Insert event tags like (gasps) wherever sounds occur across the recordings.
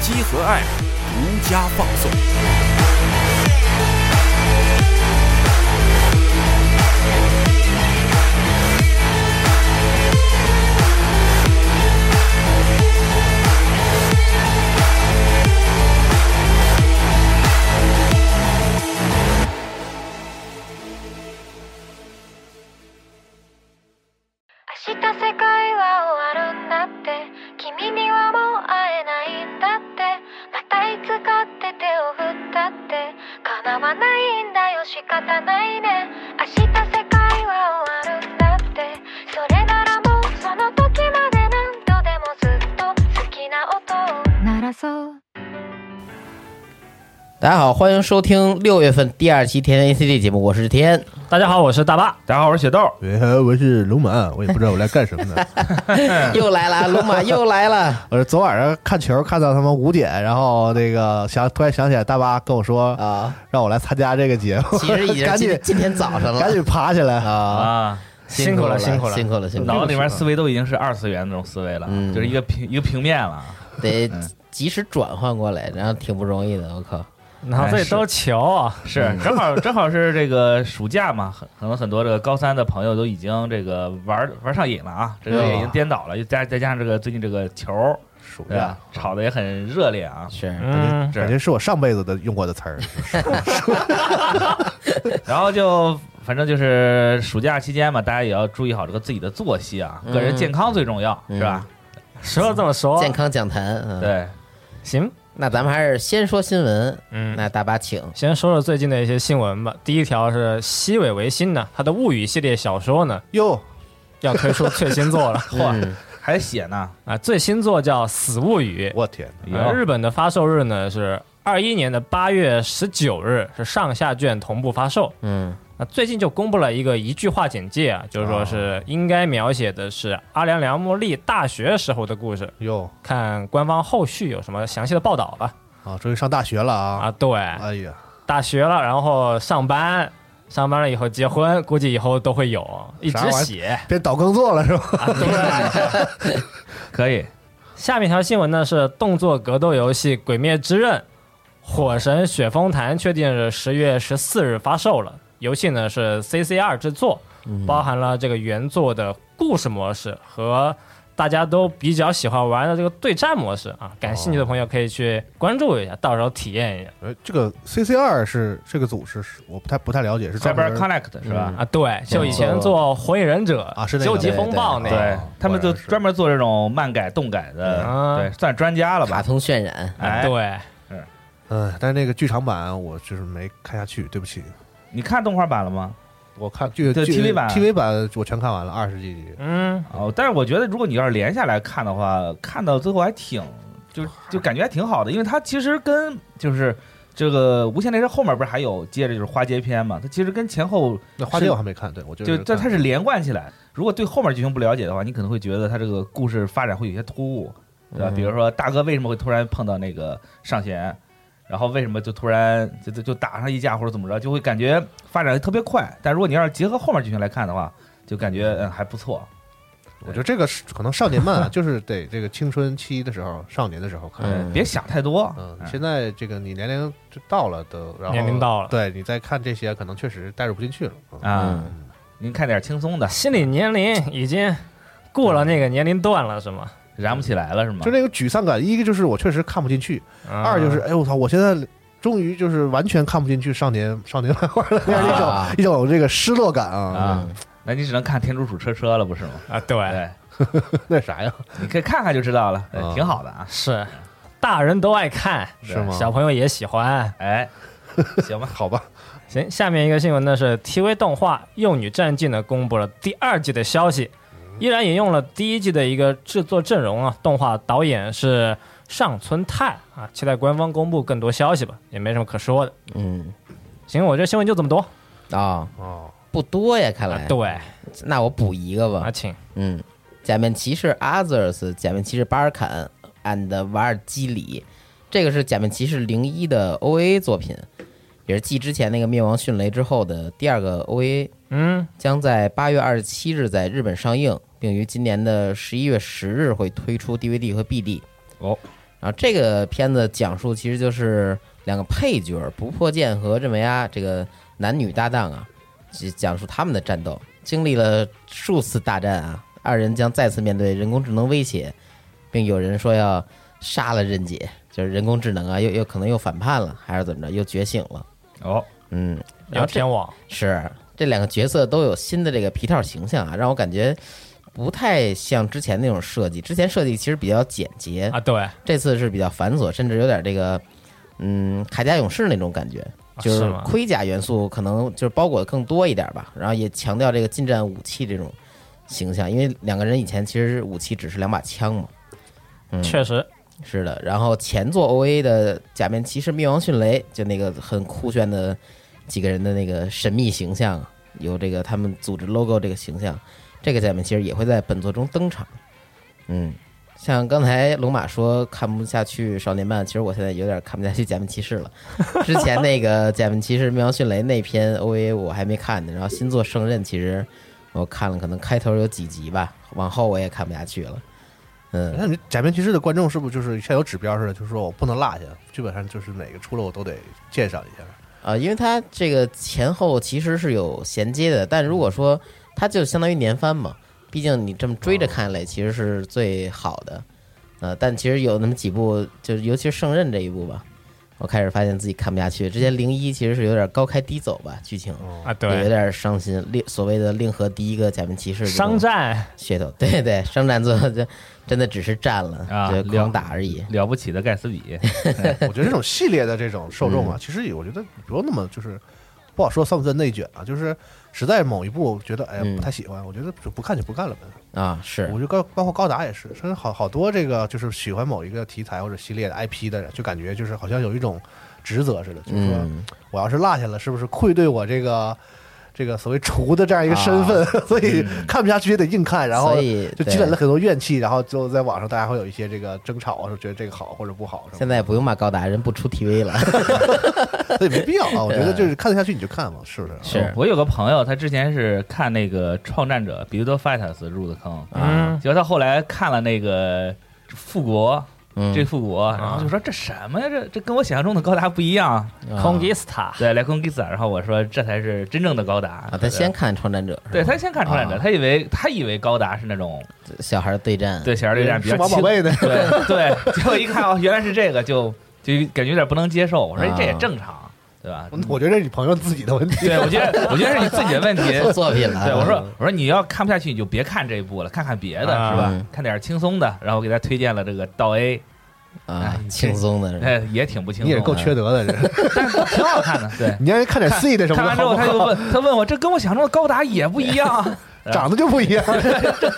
积禾 App 独家放送。明日世界は終わるんだって君にはもう会えないんだってまたいつかって手を振ったって叶わないんだよ仕方ないね明日世界は終わるんだってそれならもうその時まで何度でもずっと好きな音を鳴らそう大家好，欢迎收听六月份第二期《天天 ACD》节目，我是天。大家好，我是大巴。大家好，我是雪豆。哎，我是龙马，我也不知道我来干什么 (laughs) 的。又来了，龙马又来了我是昨晚上看球看到他们五点，然后那个想突然想起来，大巴跟我说啊！ (laughs) 让我来参加这个节目，其实已经是 (laughs) 赶今紧今天早上了，赶紧爬起来。啊！啊，辛苦了，辛辛苦了，辛苦了，辛苦脑了，子里面思维都已经是二次元那种思维了，嗯就是一个平一个平面了。得及时转换过来，然后挺不容易的，我靠！脑子里都瞧啊，哎是，正好 (laughs) 正好是这个暑假嘛，很可能很多这个高三的朋友都已经这个玩玩上瘾了啊，这个对也已经颠倒了，哦又加再加上这个最近这个球，暑对吧，炒的也很热烈啊啊。是，啊嗯，啊感觉是我上辈子的用过的 (laughs) 词儿。然后就反正就是暑假期间嘛，大家也要注意好这个自己的作息啊，嗯个人健康最重要，嗯是吧？说这么说，健康讲坛。嗯，对，行，那咱们还是先说新闻。嗯，那大巴请。先说说最近的一些新闻吧。第一条是西尾维新呢，他的《物语》系列小说呢哟，要推出最新作了嚯嗯还写呢，啊，最新作叫《死物语》，我天，呃，哎呦日本的发售日呢是二一年的八月十九日，是上下卷同步发售。嗯那最近就公布了一个一句话简介啊，就是说是应该描写的是阿良良木利大学时候的故事，哟看官方后续有什么详细的报道吧。啊，终于上大学了啊！啊，对，哎呀，大学了，然后上班。上班了以后结婚，估计以后都会有，一啥直玩意儿写。啊变倒耕作了 (laughs) 是吧？ (laughs) 嗯可以，下面一条新闻呢是动作格斗游戏《鬼灭之刃》，《火神雪峰坛》确定是十月十四日发售了。游戏呢是 CCR 制作，嗯包含了这个原作的故事模式和大家都比较喜欢玩的这个对战模式哦啊。感兴趣的朋友可以去关注一下，到时候体验一下呃这个 CCR 是这个组织，是我不太不太了解，是专门 Cyber Connect 是吧？啊。对，就以前做《火影忍者》啊是那个究极风暴那对个，对他们就果然是专门做这种漫改、动改的，嗯呃对，算专家了卡吧？通渲染。啊哎，对，嗯，但是那个剧场版我就是没看下去，对不起。你看动画版了吗？我看剧对剧 TV 版 TV 版我全看完了，二十几集。嗯，哦，但是我觉得如果你要是连下来看的话，看到最后还挺，就就感觉还挺好的，因为它其实跟就是这个《无限列车》后面不是还有接着就是花街篇嘛？它其实跟前后那花是街我还没看，对我就就是但看它是连贯起来。如果对后面剧情不了解的话，你可能会觉得它这个故事发展会有些突兀，对吧？嗯比如说大哥为什么会突然碰到那个上弦，然后为什么就突然就就就打上一架或者怎么着，就会感觉发展得特别快。但如果你要是结合后面剧情来看的话，就感觉嗯还不错。我觉得这个是可能少年漫啊， (laughs) 就是得这个青春期的时候，少年的时候看。嗯别想太多。嗯，嗯现在这个你年龄就到了都，然后嗯年龄到了对你再看这些，可能确实代入不进去了。嗯啊，嗯，您看点轻松的，心理年龄已经过了那个年龄段了，是吗？燃不起来了是吗就？那个沮丧感，一个就是我确实看不进去，嗯二就是哎我操，我现在终于就是完全看不进去少年少年漫画了，一种、啊一种这个失落感啊。啊，那你只能看《天竺鼠车车》了，不是吗？啊，对，对， (laughs) 那啥呀？你可以看看就知道了，对啊挺好的啊。是，大人都爱看，是吗？小朋友也喜欢。哎，行吧，好吧，行，下面一个新闻呢是 TV 动画《幼女战记》呢公布了第二季的消息，依然引用了第一季的一个制作阵容啊，动画导演是上村泰啊，期待官方公布更多消息吧，也没什么可说的。嗯行，我这新闻就这么多。啊啊，哦，不多呀，看来。对，那我补一个吧啊，。请嗯，假面骑士 Others、假面骑士巴尔坎 and 瓦尔基里，这个是假面骑士零一的 OVA 作品，也是继之前那个灭亡迅雷之后的第二个 OVA，嗯，将在八月二十七日在日本上映，并于今年的十一月十日会推出 DVD 和 BD。哦，然后这个片子讲述其实就是两个配角不破剑和刃维阿这个男女搭档啊，只讲述他们的战斗。经历了数次大战啊，二人将再次面对人工智能威胁，并有人说要杀了任姐，就是人工智能啊，又又可能又反叛了，还是怎么着，又觉醒了。哦，嗯，然聊后这天网是这两个角色都有新的这个皮套形象啊，让我感觉不太像之前那种设计。之前设计其实比较简洁，啊，对，这次是比较繁琐，甚至有点这个嗯铠甲勇士那种感觉，就是是吗盔甲元素可能就是包裹的更多一点吧。然后也强调这个近战武器这种形象，因为两个人以前其实武器只是两把枪嘛。嗯，确实是的，然后前作 OA 的假面骑士灭亡迅雷，就那个很酷炫的几个人的那个神秘形象，有这个他们组织 logo 这个形象，这个假面骑士也会在本作中登场。嗯，像刚才龙马说看不下去少年漫，其实我现在有点看不下去假面骑士了。之前那个假面骑士灭亡迅雷那篇 OA 我还没看呢，然后新作圣刃其实我看了，可能开头有几集吧，往后我也看不下去了。嗯，那你假面骑士的观众是不是就是像有指标似的，就是说我不能落下，基本上就是哪个出了我都得鉴赏一下。啊，因为它这个前后其实是有衔接的，但如果说它就相当于年番嘛，毕竟你这么追着看类其实是最好的。呃，但其实有那么几部，就是尤其是《圣刃》这一部吧，我开始发现自己看不下去。之前零一其实是有点高开低走吧，剧情啊，也有对，点伤心。令所谓的令和第一个假面骑士这种商战噱头，对对，商战最后就真的只是战了，啊就了狂打而已。了不起的盖茨比，我觉得这种系列的这种受众啊，其实也我觉得不用那么就是不好说算不算内卷啊，就是实在某一部觉得哎呀嗯不太喜欢，我觉得就不看就不看了呗。啊，是我觉得高包括高达也是，甚至好好多这个就是喜欢某一个题材或者系列的 IP 的人，就感觉就是好像有一种职责似的，就是说嗯我要是落下了，是不是愧对我这个这个所谓厨的这样一个身份？ (laughs) 所以看不下去也得硬看，然后啊嗯所以就积累了很多怨气，然后就在网上大家会有一些这个争吵，啊说觉得这个好或者不好什现么在也不用骂高达，人不出 TV 了。的， (laughs) 所以没必要啊。我觉得就是看得下去你就看嘛，是不是？啊是我有个朋友，他之前是看那个《创战者》彼得 Fighters 入的坑，嗯结果他后来看了那个《复国》嗯这复国，然后就说这什么呀？这这跟我想象中的高达不一样。啊 Conquista 对，来空给伞，然后我说这才是真正的高达啊，他先看《创战者》是吧，对他先看出来的，啊他以为他以为高达是那种小孩对战， (laughs) 对小孩对战比较数码宝轻，贝呢？对对， (laughs) 结果一看哦，原来是这个，就就感觉有点不能接受。我说啊这也正常，对吧？我觉得这是你朋友自己的问题。 (laughs) 对，我觉得我觉得是你自己 (laughs) 的问题。做作品了。对，我说我说你要看不下去，你就别看这一部了，看看别的，啊是吧嗯？看点轻松的。然后我给他推荐了这个道 A，啊哎，轻松的是吧，哎，也挺不轻 (laughs) 你也松是的，够缺德的人，挺好看的。 (laughs) 对，你让人看点 C 的什么看的，完之后他就问，他问我这跟我想象中的高达也不一样啊，长得就不一样。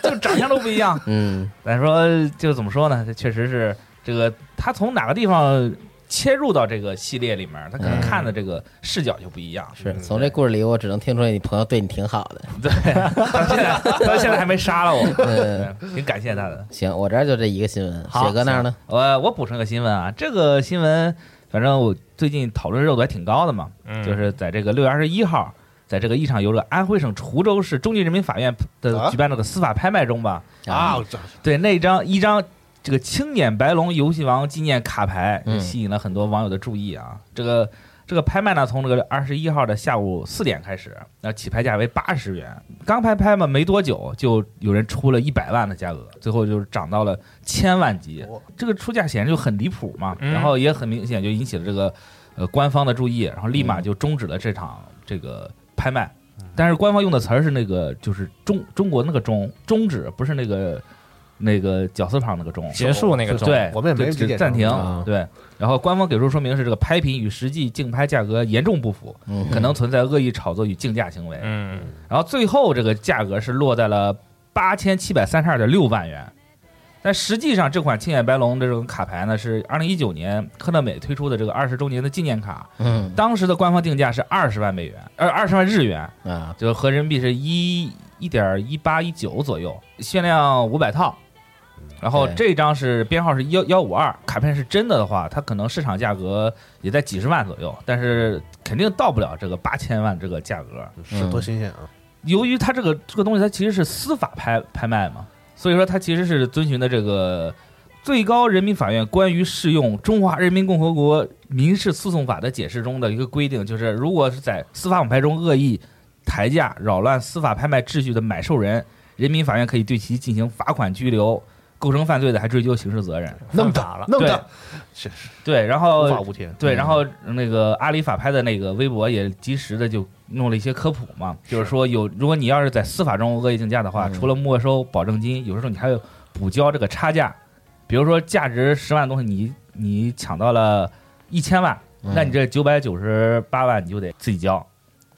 就长相都不一样。嗯咱说就怎么说呢？这确实是这个，他从哪个地方切入到这个系列里面，他可能嗯看的这个视角就不一样。是从这故事里，我只能听出来你朋友对你挺好 (laughs) 的。对，到现在到现在还没杀了我，嗯，对挺感谢他的。行，我这儿就这一个新闻。好雪哥那儿呢？呃我我补充个新闻啊，这个新闻反正我最近讨论热度还挺高的嘛，嗯就是在这个六月二十一号，在这个一场由这个安徽省滁州市中级人民法院的啊举办这个司法拍卖中吧，啊，啊， (laughs) 我操对那张一张这个青眼白龙游戏王纪念卡牌，嗯吸引了很多网友的注意啊。这个这个拍卖呢，从这个二十一号的下午四点开始，那起拍价为八十元。刚拍拍嘛，没多久就有人出了一百万的价格，最后就是涨到了千万级哦。这个出价显然就很离谱嘛，嗯然后也很明显就引起了这个。呃官方的注意，然后立马嗯就终止了这场这个拍卖。嗯但是官方用的词儿是那个，就是中中国那个中终止，不是那个那个绞丝旁那个中，结束那那个钟，对，我们也就没理解就暂停啊，对。然后官方给出说明是这个拍品与实际竞拍价格严重不符，嗯可能存在恶意炒作与竞价行为。嗯，然后最后这个价格是落在了八千七百三十二点六万元。但实际上，这款青眼白龙这种卡牌呢，是二零一九年科乐美推出的这个二十周年的纪念卡，嗯当时的官方定价是二十万美元，呃，二十万日元，啊，就是合人民币是一一点一八一九左右，限量五百套。然后对这张是编号是幺幺五二，卡片是真的的话，它可能市场价格也在几十万左右，但是肯定到不了这个八千万这个价格。是多新鲜啊！由于它这个这个东西，它其实是司法拍拍卖嘛，所以说它其实是遵循的这个最高人民法院关于适用《中华人民共和国民事诉讼法》的解释中的一个规定，就是如果是在司法网拍中恶意抬价、扰乱司法拍卖秩序的买受人，人民法院可以对其进行罚款、拘留，构成犯罪的还追究刑事责任。那么犯大法了那么对大，是是对，然无法后无天。对，嗯然后那个阿里法拍的那个微博也及时的就弄了一些科普嘛，就是说有，如果你要是在司法中恶意竞价的话，嗯除了没收保证金，有时候你还要补交这个差价。比如说价值十万的东西你，你抢到了一千万，嗯那你这九百九十八万你就得自己交，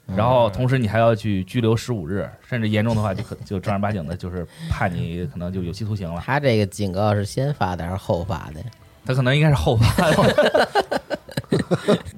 嗯然后同时你还要去拘留十五日，甚至严重的话 (laughs) 就可就正儿八经的就是判你可能就有期徒刑了。他这个警告是先发的还是后发 (laughs) 的？他可能应该是后 (laughs) 发的。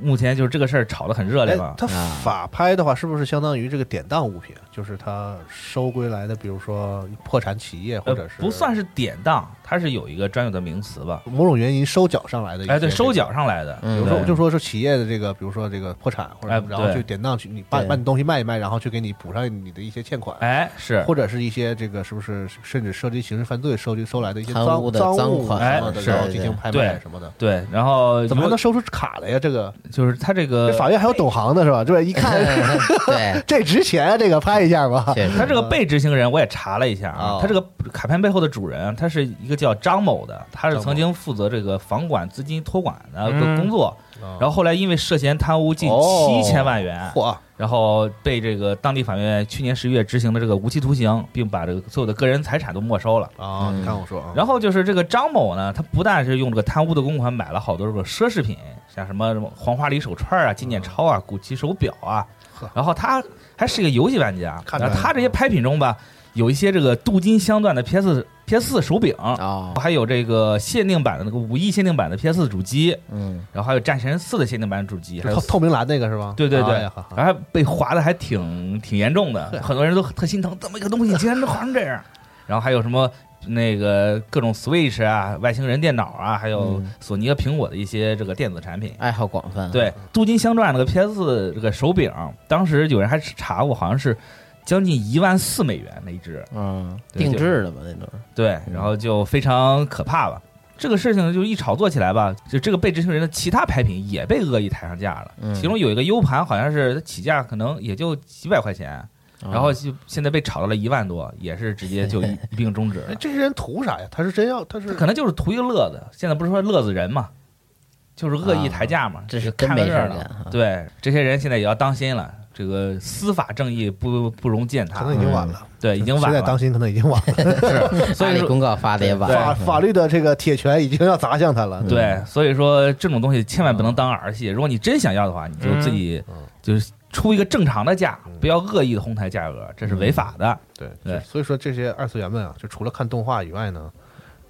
目前就是这个事儿炒得很热烈哎吧，？它法拍的话，是不是相当于这个典当物品？就是它收归来的，比如说破产企业或呃者是不算是典当，它是有一个专有的名词吧？某种原因收缴上来的一些这个。哎，对，收缴上来的，嗯比如有时候说就说是企业的这个，比如说这个破产，或者哎什么然后对去典当去，你把对把你东西卖一卖，然后去给你补上你的一些欠款，哎是或者是一些这个是不是甚至涉及刑事犯罪收集收来的一些贪赃污的赃赃物款什么哎的，是然后进行拍卖对什么的，对，然后怎么还如能果收出卡来呀？这个就是他这这个法院还有懂行的是吧？这 (laughs) 一看对，这值钱啊，这个拍一下吧。确实他这个被执行人我也查了一下啊嗯哦，他这个卡片背后的主人，他是一个叫张某的，他是张某曾经负责这个房管资金托管的嗯工作，然后后来因为涉嫌贪污近哦七千万元， (laughs) 嚯，然后被这个当地法院去年十月执行的这个无期徒刑，并把这个所有的个人财产都没收了。啊！你看我说啊，然后就是这个张某呢，他不但是用这个贪污的公款买了好多这个奢侈品，像什么什么黄花梨手串啊、纪念钞啊、古奇手表啊呵，然后他还是一个游戏玩家，看出然来后他这些拍品中吧，有一些这个镀金镶钻的 PS PS 手柄，哦，还有这个限定版的那个五亿限定版的 PS 主机，嗯，然后还有战神四的限定版主机，还就有透透明蓝那个是吗？对对对哎呀哈哈然后被划的还挺挺严重的，很多人都特心疼，这么一个东西竟然能划成这样。然后还有什么那个各种 Switch 啊、外星人电脑啊，还有嗯索尼和苹果的一些这个电子产品。爱好广泛，，啊对，镀金镶钻那个 PS 这个手柄，当时有人还查过，好像是将近一万四美元那一只。嗯，对定就制的嘛那种，对，然后就非常可怕吧。这个事情就一炒作起来吧，就这个被执行人的其他拍品也被恶意抬上价了。嗯其中有一个 U 盘，好像是它起价可能也就几百块钱，嗯哦然后就现在被炒到了一万多，也是直接就一一并终止了哎，。这些人图啥呀？他是真要，他是他可能就是图一个乐子，现在不是说乐子人嘛，就是恶意抬价嘛，这是就真看没个事热儿闹干啊对，这些人现在也要当心了，这个司法正义不不容践可踏能已。经晚了，对，嗯已经晚现在当了，心可能已经 (laughs) 晚了，是， (laughs) 所阿以里说公告发的也晚，法法律的这个铁拳已经要砸向他了。对，所以说这种东西千万不能当儿戏。如果你真想要的话，你就自己就是出一个正常的价，不要恶意的哄抬价格，这是违法的。对对所以说这些二次元们啊，就除了看动画以外呢，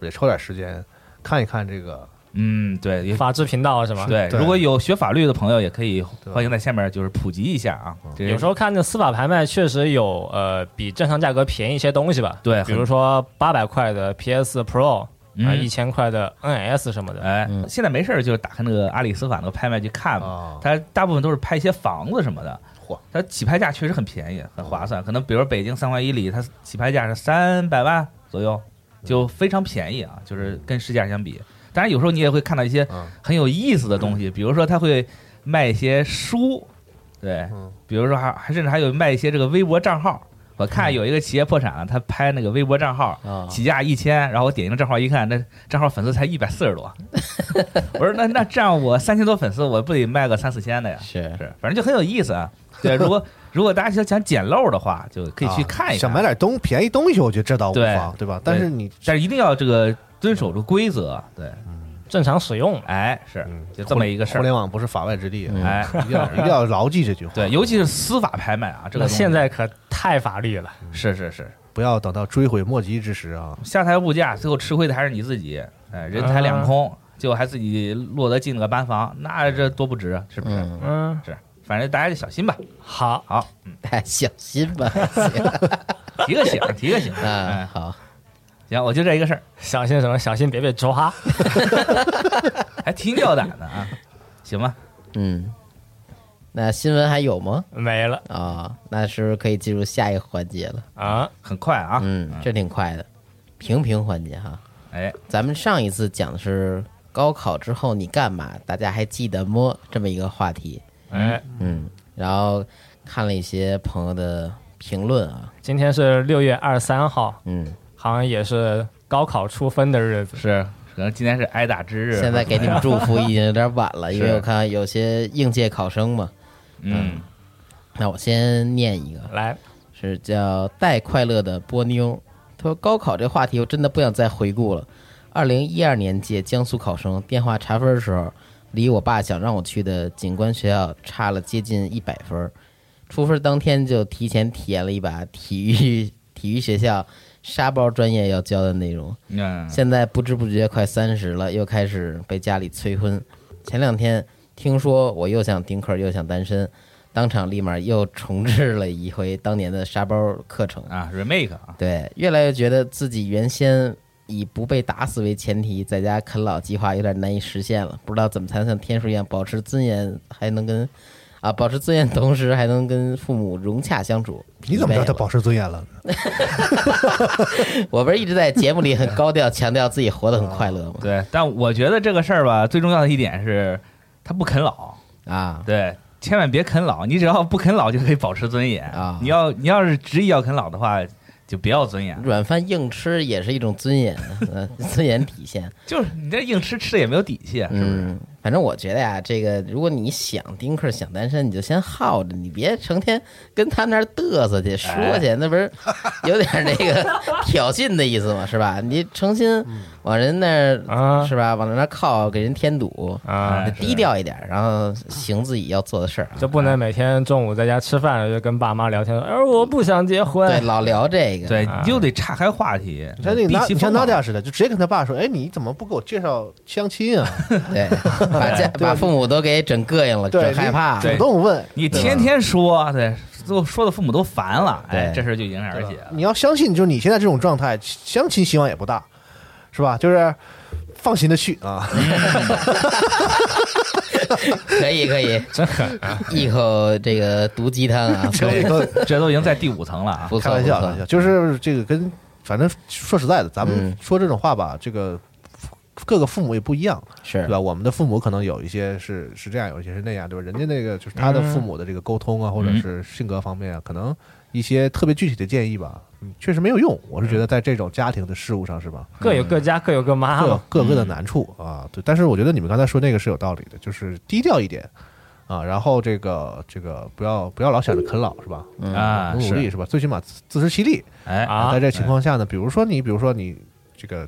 也抽点时间看一看这个嗯，对，也法制频道是吗？，对，对如果有学法律的朋友，也可以对欢迎在下面就是普及一下啊。这有时候看这司法拍卖确实有呃比正常价格便宜一些东西吧，对比如说八百块的 PS Pro 啊，一嗯，千块的 NS 什么的，哎嗯，现在没事儿就打开那个阿里斯法那个拍卖去看嘛，啊，它大部分都是拍一些房子什么的嚯。嗯它起拍价确实很便宜，很划算。可能比如北京三环以里，它起拍价是三百万左右，嗯就非常便宜啊，就是跟市价相比。当然有时候你也会看到一些嗯很有意思的东西，比如说他会卖一些书，对，嗯比如说还还甚至还有卖一些这个微博账号，我嗯看有一个企业破产了，他拍那个微博账号，啊， (laughs) 起价一千，然后我点进账号一看，那账号粉丝才一百四十多。我说那那这样我三千多粉丝，我不得卖个三四千的呀？是 (laughs) 是，反正就很有意思啊。对，如果如果大家想想捡漏的话，就可以去看一想看，啊买点东便宜东西，我觉得这倒无对妨，对吧？但是你但是一定要这个遵守这个规则。对，正常使用。哎，是嗯就这么一个事互儿。联网不是法外之地，啊嗯 (laughs) 哎，一定要一定要牢记这句话。对，尤其是司法拍卖啊，这个这东个西现在可太法律了，是是是，不要等到追悔莫及之时啊！下台物价，最后吃亏的还是你自己，哎，人财啊两空，最后还自己落得进了个班房，那这多不值，啊，是不是？嗯，嗯，是，反正大家就小心吧。好，好，哎，小心吧， (laughs) 还行提 (laughs) 个醒，提个醒。啊，哎，好，行，我就这一个事儿，小心什么？小心别被抓。 (laughs) 还挺吊胆的啊，行吧？嗯，那新闻还有吗？没了啊、那是不是可以进入下一个环节了？啊，很快啊，嗯，这挺快的，评评环节哈。哎，咱们上一次讲的是高考之后你干嘛，大家还记得么？这么一个话题，哎，嗯，然后看了一些朋友的评论啊，今天是六月二十三号，嗯，好像也是高考出分的日子。是，可能今天是挨打之日。啊现在给你们祝福已经有点晚了，因为是我看有些应届考生嘛。嗯，那我先念一个，来，是叫带快乐的波妞。她说高考这话题我真的不想再回顾了。二零一二年届江苏考生电话查分的时候，离我爸想让我去的警官学校差了接近一百分儿。出分当天就提前体验了一把体育 (laughs) 体育学校沙包专业要教的内容。嗯，现在不知不觉快三十了，又开始被家里催婚。前两天听说我又想丁克又想单身，当场立马又重置了一回当年的沙包课程。啊，remake 啊，对，越来越觉得自己原先以不被打死为前提，在家啃老计划有点难以实现了。不知道怎么才能像天叔一样保持尊严，还能跟啊保持尊严，同时还能跟父母融洽相处。你怎么知道疲惫他了保持尊严了呢？嗯我不是一直在节目里很高调强调自己活得很快乐吗？对。但我觉得这个事儿吧，最重要的一点是，他不啃老，啊，对。千万别啃老，你只要不啃老就可以保持尊严啊你要你要是执意要啃老的话，就不要尊严，软饭硬吃也是一种尊严， (laughs) 呃，尊严体现。 (laughs) 就是你这硬吃吃的也没有底气，是不是？嗯，反正我觉得呀、这个如果你想丁克想单身，你就先耗着，你别成天跟他那儿嘚瑟去说哎去，那不 (laughs) 是有点那个挑衅的意思吗？是吧？你诚心嗯往人那儿啊是吧？往人那儿靠，给人添堵，啊哎，低调一点，然后行自己要做的事儿啊。就不能每天中午在家吃饭就跟爸妈聊天，而我不想结对，婚。老聊这个，对，啊你就得岔开话题。你像那个避拿其你像锋芒娜姐似的，就直接跟他爸说：“哎，你怎么不给我介绍相亲啊 (laughs) 对，把家把父母都给整膈应了，对整害怕。？”对主动问，你天天说，对，最后说的父母都烦了，哎，对这事儿就迎刃而啊对吧解了。你要相信，就是你现在这种状态，相亲希望也不大，是吧？就是放心的去 (laughs) 啊，可以可以，真啊一口这个毒鸡汤 (laughs) 啊，(laughs) 这一个这都已经在第五层了啊！不错开不玩笑，开错玩，笑，就是这个跟反正说实在的，咱们嗯说这种话吧，这个各个父母也不一样，是对吧？我们的父母可能有一些是是这样，有一些是那样，对吧？人家那个就是他的父母的这个沟通啊，或者是性格方面啊，可能一些特别具体的建议吧，嗯，确实没有用。我是觉得在这种家庭的事务上，是吧？各有各家，各有各妈各有嘛。各个的难处啊，对。但是我觉得你们刚才说那个是有道理的，就是低调一点啊，然后这个这个不要不要老想着啃老，是吧？啊，努努力是，是吧？最起码自自食其力，哎，啊在，这情况下呢，比如说你，比如说你这个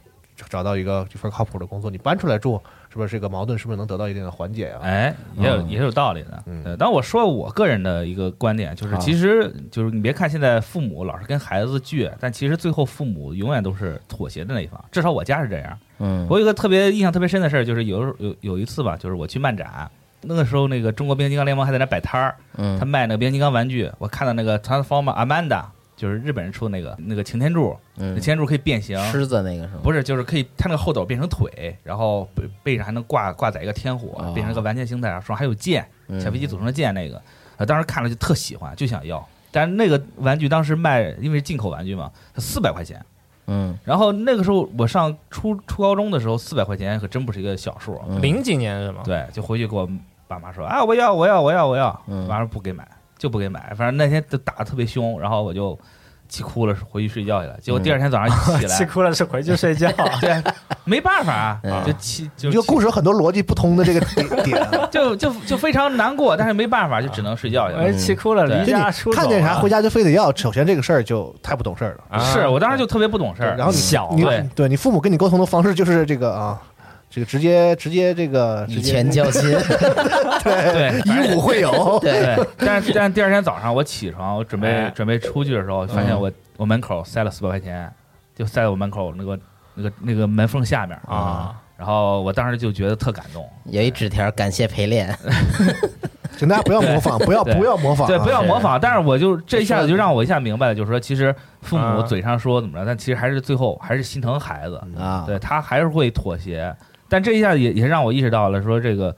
找到一个一份靠谱的工作，你搬出来住，是不是这个矛盾是不是能得到一定的缓解啊？哎，也有嗯啊也有道理的。嗯对，但我说我个人的一个观点，就是好其实就是你别看现在父母老是跟孩子倔，但其实最后父母永远都是妥协的那一方，至少我家是这样。嗯我有一个特别印象特别深的事儿，就是有有有一次吧，就是我去漫展，那个时候那个中国变形金刚联盟还在那摆摊儿，他嗯卖那个变形金刚玩具，我看到那个 Transformer Amanda，就是日本人出的那个那个擎天柱，那嗯擎，天柱可以变形，狮子那个是吗？不是就是可以它那个后斗变成腿，然后背背上还能挂挂载一个天火，哦嗯变成个完全形态，手上还有剑，是小飞机组成的剑那个，呃当时看了就特喜欢，就想要。但是那个玩具当时卖，因为是进口玩具嘛，四百块钱。嗯然后那个时候我上初初高中的时候，四百块钱可真不是一个小数。嗯零几年是吗？对，就回去给我爸妈说啊，我要，我要，我要，我要，嗯完了不给买，就不给买。反正那天就打的特别凶，然后我就气哭了，回去睡觉去了。结果第二天早上一起 (laughs) 气来，哭了是回去睡觉。对，没办法啊嗯，就气就你这个故事有很多逻辑不通的这个 (laughs) 点点啊，就就就非常难过，但是没办法，就只能睡觉去了。哎，气哭了，对离就家你出走看见啥啊了回家就非得要，首先这个事儿就太不懂事儿了。啊是我当时就特别不懂事儿，然后你小你对对你父母跟你沟通的方式就是这个啊，这个直接直接这个以直权接交 (laughs) 心，对，以武会友， (laughs) 对，对，但是但是第二天早上我起床，我准备哎准备出去的时候，发现我我门口塞了四百块钱，就塞在我门口那个那个那个门缝下面啊！然后我当时就觉得特感动，有一纸条感谢陪练， (laughs) 请大家不要模仿，不要对不要模仿啊，对，不要是模仿。但是我就这一下子就让我一下明白了，就是说，其实父母啊嘴上说怎么着，但其实还是最后还是心疼孩子，嗯啊，对他还是会妥协。但这一下也也让我意识到了，说这个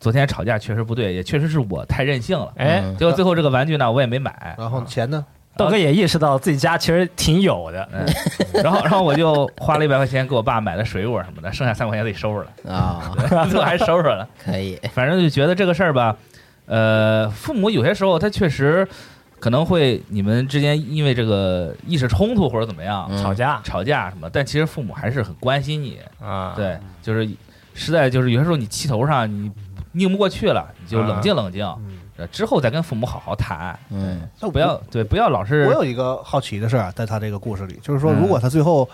昨天吵架确实不对，也确实是我太任性了。哎，嗯结果最后这个玩具呢，我也没买，然后钱呢？豆哥也意识到自己家其实挺有的，哎然后然 (laughs) 后我就花了一百块钱给我爸买了水果什么的，剩下三块钱自己收拾了，啊，最后还收拾了。可 (laughs) 以，反正就觉得这个事儿吧，呃，父母有些时候他确实可能会你们之间因为这个意识冲突或者怎么样、嗯吵架吵架什么，但其实父母还是很关心你。啊，，嗯对，就是实在就是有些时候你气头上你拧不过去了，你就啊冷静冷静，嗯，呃之后再跟父母好好谈，嗯那不要对不要老是我有一个好奇的事儿啊，在他这个故事里，就是说，如嗯果他最后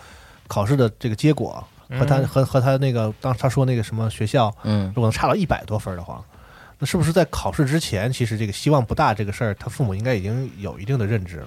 考试的这个结果和他嗯和和他那个当时他说那个什么学校，嗯如果能差到一百多分儿的话，那是不是在考试之前，其实这个希望不大这个事儿，他父母应该已经有一定的认知了？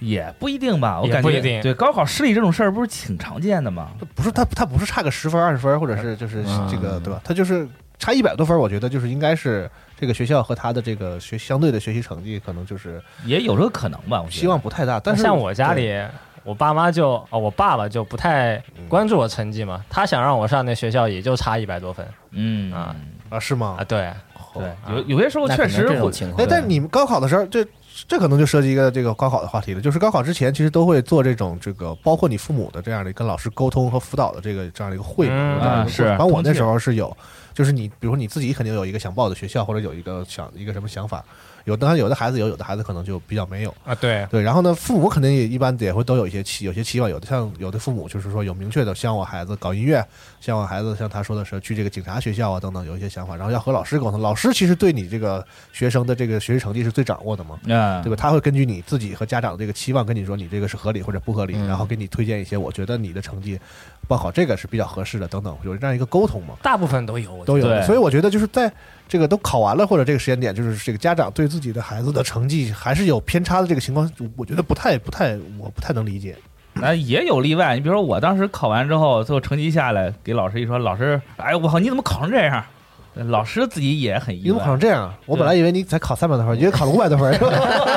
也不一定吧，我也感觉不一定对高考失利这种事儿不是挺常见的吗？他不是他他不是差个十分二十分，或者是就是嗯这个对吧？他就是差一百多分儿，我觉得就是应该是这个学校和他的这个学相对的学习成绩，可能就是也有这个可能吧，我觉得希望不太大。但是像我家里，我爸妈就哦，我爸爸就不太关注我成绩嘛，他想让我上那学校也就差一百多分嗯啊啊是吗啊，？对，对，有有些时候那可确能实这会种，情哎况，，但你们高考的时候，这这可能就涉及一个这个高考的话题了，就是高考之前其实都会做这种这个，包括你父母的这样的跟老师沟通和辅导的这个这样的一个会嘛嗯有这啊样的一个过是程反正我那通气时候是有，就是你比如说你自己肯定有一个想报的学校，或者有一个想一个什么想法，有当然有的孩子有，有的孩子可能就比较没有。啊对，对，然后呢，父母肯定也一般也会都有一些期，有些期望，有的像有的父母就是说有明确的，像我孩子搞音乐，像我孩子像他说的是去这个警察学校啊等等，有一些想法，然后要和老师沟通，老师其实对你这个学生的这个学习成绩是最掌握的嘛。啊，对吧？他会根据你自己和家长的这个期望跟你说，你这个是合理或者不合理，嗯然后给你推荐一些我觉得你的成绩报考这个是比较合适的等等，有这样一个沟通嘛。大部分都有，我觉得都有的。对所以我觉得就是在这个都考完了或者这个时间点，就是这个家长对自己的孩子的成绩还是有偏差的这个情况，我我觉得不太不太我不太能理解。那也有例外。你比如说，我当时考完之后，最后成绩下来，给老师一说，老师，哎，我靠，你怎么考成这样？老师自己也很你意怎么外考，成这样啊？我本来以为你才考三百多分，你也考了五百多分。 (laughs)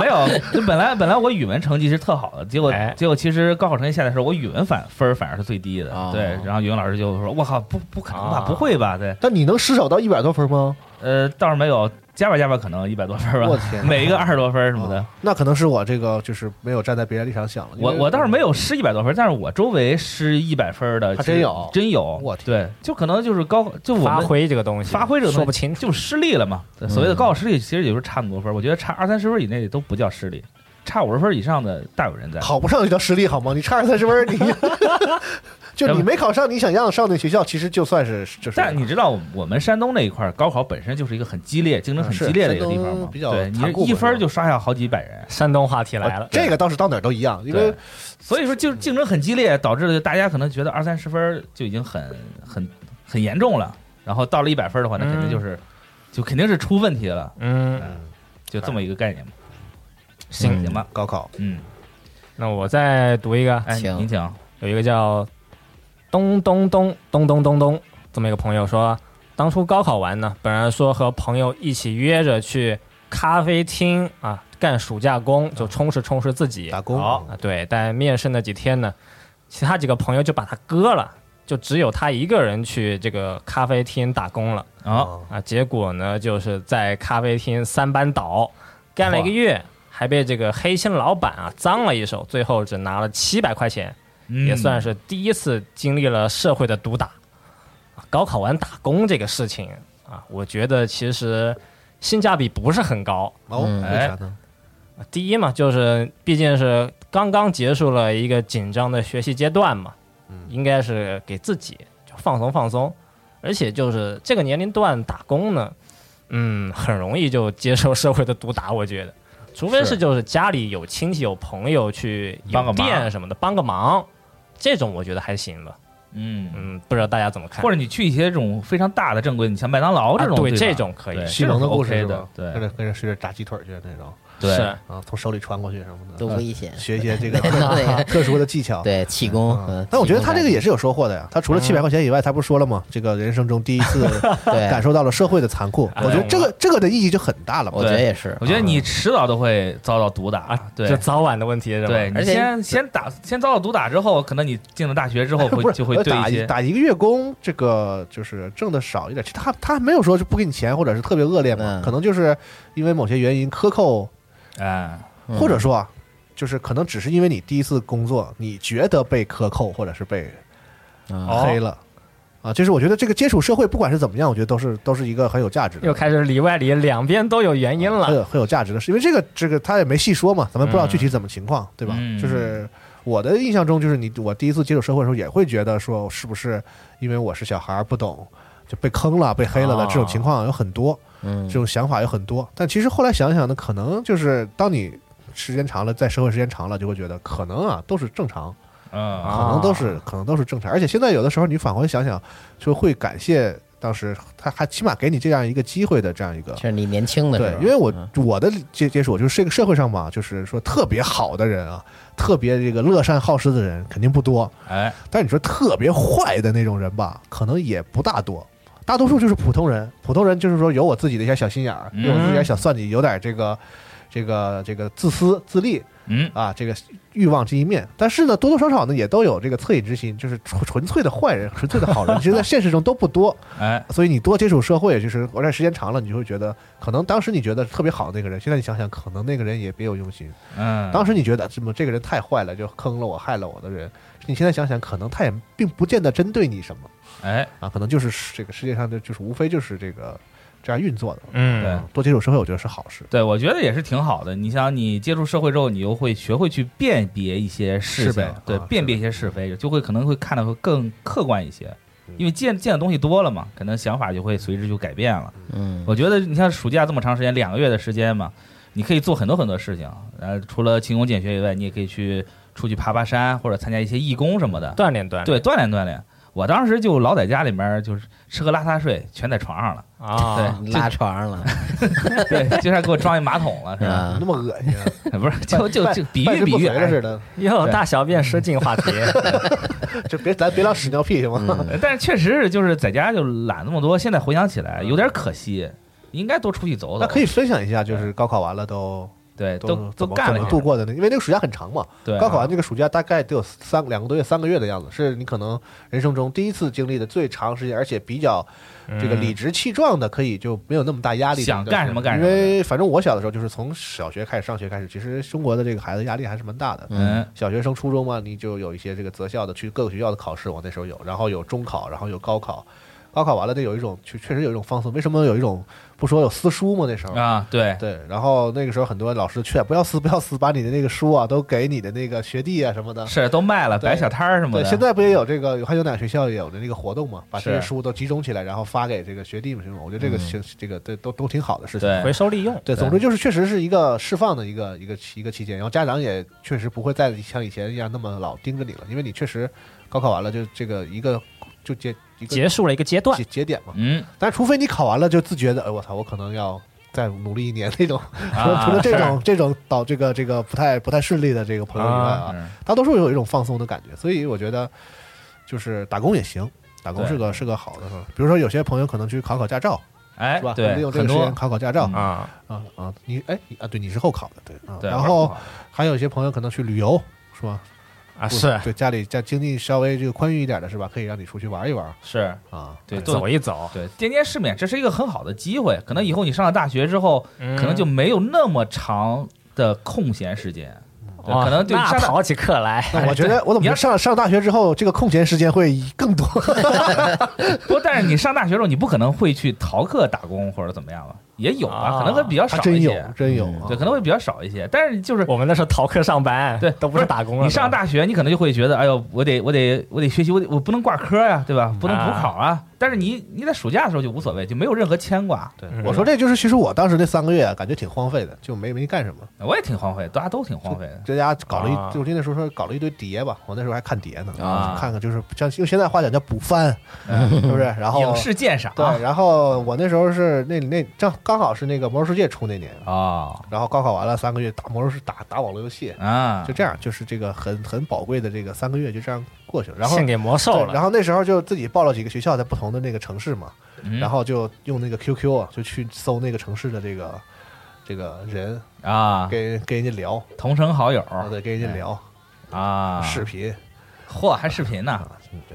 没有，就本来本来我语文成绩是特好的，结果哎结果其实高考成绩下来的时候，我语文反分儿反而是最低的哦，对。然后语文老师就说，我靠，不不可能吧哦啊，不会吧？对，但你能失手到一百多分吗？呃，倒是没有，加吧加吧，可能一百多分儿我吧，天，每一个二十多分儿什么的啊。那可能是我这个就是没有站在别人立场想了。我因为我倒是没有失一百多分，但是我周围失一百分的其还实真有真有，我对，就可能就是高就我发们挥这个东西，发挥这个说东不西清楚，就失利了嘛。对所谓的高考失利，其实也就是差那么多分，我觉得差二三十分以内都不叫失利，差五十分以上的大有人在。嗯考不上就叫失利好吗？你差二三十 (laughs) 分，你 (laughs) 就你没考上你想要上的学校，其实就算是就是。哦但你知道我我们山东那一块儿高考本身就是一个很激烈、竞争很激烈的一个地方啊是山嘛东，比较对，残酷你嘛一分是吧就刷下好几百人，山东话题来了，哦这个倒是到哪儿都一样，因为对，所以说就是竞争很激烈，导致了大家可能觉得二三十分就已经很很很严重了，然后到了一百分的话，那肯定就是、就肯定是出问题了，嗯，就这么一个概念嘛。行嗯行吧，高考嗯，那我再读一个，哎，行您讲，有一个叫咚咚咚咚咚咚咚这么一个朋友说，当初高考完呢，本来说和朋友一起约着去咖啡厅啊干暑假工，就充实充实自己打工好啊。对，但面试那几天呢，其他几个朋友就把他割了，就只有他一个人去这个咖啡厅打工了啊，啊。结果呢，就是在咖啡厅三班倒，干了一个月。还被这个黑心老板啊脏了一手，最后只拿了七百块钱，也算是是第一次经历了社会的毒打。啊高考完打工这个事情啊，我觉得其实性价比不是很高。哦，哎嗯为啥呢？第一嘛，就是毕竟是刚刚结束了一个紧张的学习阶段嘛，应该是给自己就放松放松。而且就是这个年龄段打工呢，嗯，很容易就接受社会的毒打，我觉得，除非是是就是家里有亲戚有朋友去帮个有忙店什么的帮个忙，这种我觉得还行吧。嗯，嗯，不知道大家怎么看？或者你去一些这种非常大的正规，你像麦当劳这种，啊对吧这种可以对西蒙的故事这是哎种是吧 OK 的跟对着跟着学着炸鸡腿去那种对是，啊，从手里穿过去什么的，多呃危险！ (laughs) 学一些这个 (laughs) 对特殊的技巧。对，嗯气功嗯。嗯，但我觉得他这个也是是有收获的呀。他除了七百块钱以外，他不是说了吗？这个人生中第一次 (laughs) 感对，受到了社会的残酷。哎我觉得这个这个的意义就很大了嘛我。 (laughs) 觉得也是。我觉得啊你迟早都会遭到毒打啊，对这。早晚的问题是吧？对，而你且先先打，先遭到毒打之后，可能你进了大学之后 (laughs) 不会是就会呃对打一些打一个月工，这个就是挣的少一点。其实他他还没有说是不给你钱，或者是特别恶劣嘛，嗯可能就是因为某些原因克扣，哎，嗯或者说啊就是可能只是因为你第一次工作，你觉得被克扣或者是被啊黑了。啊，就是我觉得这个接触社会，不管是怎么样，我觉得都是都是一个很有价值的，又开始里外里两边都有原因很了。有很有价值的事，因为这个这个他也没细说嘛，咱们不知道具体怎么情况，对吧？嗯就是我的印象中，就是你我第一次接触社会的时候，也会觉得说是不是因为我是小孩儿不懂，就被坑了、被黑了的哦这种情况有很多，嗯这，种想法有很多。但其实后来想想呢，可能就是当你时间长了，在社会时间长了，就会觉得可能啊都是正常，嗯啊可能都是、可能都是正常。而且现在有的时候你返回想想，就会感谢当时他还起码给你这样一个机会的这样一个就是你年轻的时对候，，因为我嗯我的接接触就是这个社会上嘛，就是说特别好的人啊，特别这个乐善好施的人肯定不多，哎，但你说特别坏的那种人吧，可能也不大多。大多数就是普通人，普通人就是说有我自己的一些小心眼儿，嗯有我自己的一些小算计，有点这个，这个这个自私自利嗯，啊，这个欲望这一面。但是呢，多多少少呢也都有这个恻隐之心，就是纯纯粹的坏人、纯粹的好 (laughs) 人，其实在现实中都不多。哎，所以你多接触社会，就是而且时间长了，你就会觉得，可能当时你觉得特别好的那个人，现在你想想，可能那个人也别有用心。嗯，当时你觉得怎么这个人太坏了，就坑了我、害了我的人，你现在想想，可能他也并不见得针对你什么哎，啊，可能就是这个世界上的就是无非就是这个这样运作的。啊对嗯，多接触社会，我觉得是好事。对，我觉得也是挺好的。你想，你接触社会之后，你又会学会去辨别一些事是情呗，对，啊辨别一是些是非，就会可能会看的会更客观一些嗯，因为见见的东西多了嘛，可能想法就会随之就改变了。嗯，我觉得你像暑假这么长时间，两个月的时间嘛，你可以做很多很多事情。呃，除了勤工俭学以外，你也可以去出去爬爬山，或者参加一些义工什么的，锻炼锻炼。对，锻炼锻炼。我当时就老在家里面就是吃喝拉撒睡全在床 (laughs) 上了，啊，对，拉床上了就对，就像给我装一马桶了，哎是吧？啊那，么恶心啊， (laughs) 不是， (laughs) 就嗯就就比半喻身比不喻，遂了哎似的，又大小便失禁话题，哎就别咱别聊屎尿屁行吗？嗯 (laughs) 呃但是确实是就是在家就懒那么多，现在回想起来有点可惜，应该多出去走走。那可以分享一下，就是高考完了都对，都都嗯都怎么干怎了么些度过的呢？因为那个暑假很长嘛，对啊高考完这个暑假大概得有三两个多月、三个月的样子，是你可能人生中第一次经历的最长时间，而且比较这个理直气壮的，可以就没有那么大压力的一段时嗯间。想干什么干什么因为反正我小的时候，就是从小学开始上学开始，其实中国的这个孩子压力还是蛮大的。嗯小学升初中嘛，你就有一些这个择校的，去各个学校的考试，我那时候有，然后有中考，然后有高考，高考完了，那有一种确确实有一种放松。为什么有一种不说有撕书吗？那时候啊，对，嗯对，然后那个时候很多老师劝不要撕，不要撕，把你的那个书啊都给你的那个学弟啊什么的。是都卖了，对摆小摊儿什么对，的。现在不也有这个？还有哪个学校也有的那个活动嘛？把这些是嗯书都集中起来，然后发给这个学弟们什么？我觉得这个行，这个这都都挺好的事情。对回收利用。对，总之对就是确实是一个释放的一个一个一个期间，然后家长也确实不会再像以前一样那么老盯着你了，因为你确实高考完了就这个一个就节一个结束了一个阶段节，节点嘛。嗯，但是除非你考完了就自觉的，哎我操，我可能要再努力一年那种。除了啊除了这是 (laughs) 种这种导这个这个不太不太顺利的这个朋友以外啊，嗯大多数有一种放松的感觉，所以我觉得就是打工也行，打工对是个是个好的事儿。比如说有些朋友可能去考考驾照，哎是吧？，利对，用这很个时多间考考驾照嗯啊，啊啊！你哎你啊，对，你是后考的，对啊。对然玩后儿还有一些朋友可能去旅游，是吧？啊不是对家里家经济稍微这个宽裕一点的是吧？可以让你出去玩一玩是啊。对都嗯走一走，对见见世面，这是一个很好的机会。可能以后你上了大学之后，嗯可能就没有那么长的空闲时间，对哇可能就哦那上大跑起课来，那我觉得我哎怎么你觉要得上上大学之后，这个空闲时间会更多？不，但是你上大学之后，你不可能会去逃课打工或者怎么样了，也有吧，啊可能会比较还少真一有些，真有嗯啊，对，可能会比较少一些。但是就是我们那时候逃课上班，对都不是打工了。你上大学，你可能就会觉得，哎呦，我得我得我得学习，我得我不能挂科呀、对吧？不能补考啊。但是你你在暑假的时候就无所谓，就没有任何牵挂。对嗯，我说这就是，其实我当时那三个月啊感觉挺荒废的，就没没干什么，我也挺荒废，大家都挺荒废的。在家搞了一，啊我记得那时候说搞了一堆碟吧，我那时候还看碟呢，啊看看就是像用现在话讲叫补番，是不是？ (laughs) 然后影视啊鉴赏对，然后我那时候是那那正刚好是那个《魔兽世界》出那年，啊然后高考完了三个月打魔兽世打打网络游戏，啊，就这样，就是这个很很宝贵的这个三个月就这样过去了，然后献。给魔兽对，了，然后那时候就自己报了几个学校，在不同的那个城市嘛，嗯然后就用那个 QQ 啊，就去搜那个城市的这个这个人，啊，跟跟人家聊，同城好友啊，对，跟人家聊啊，视频嚯，还视频呢，啊，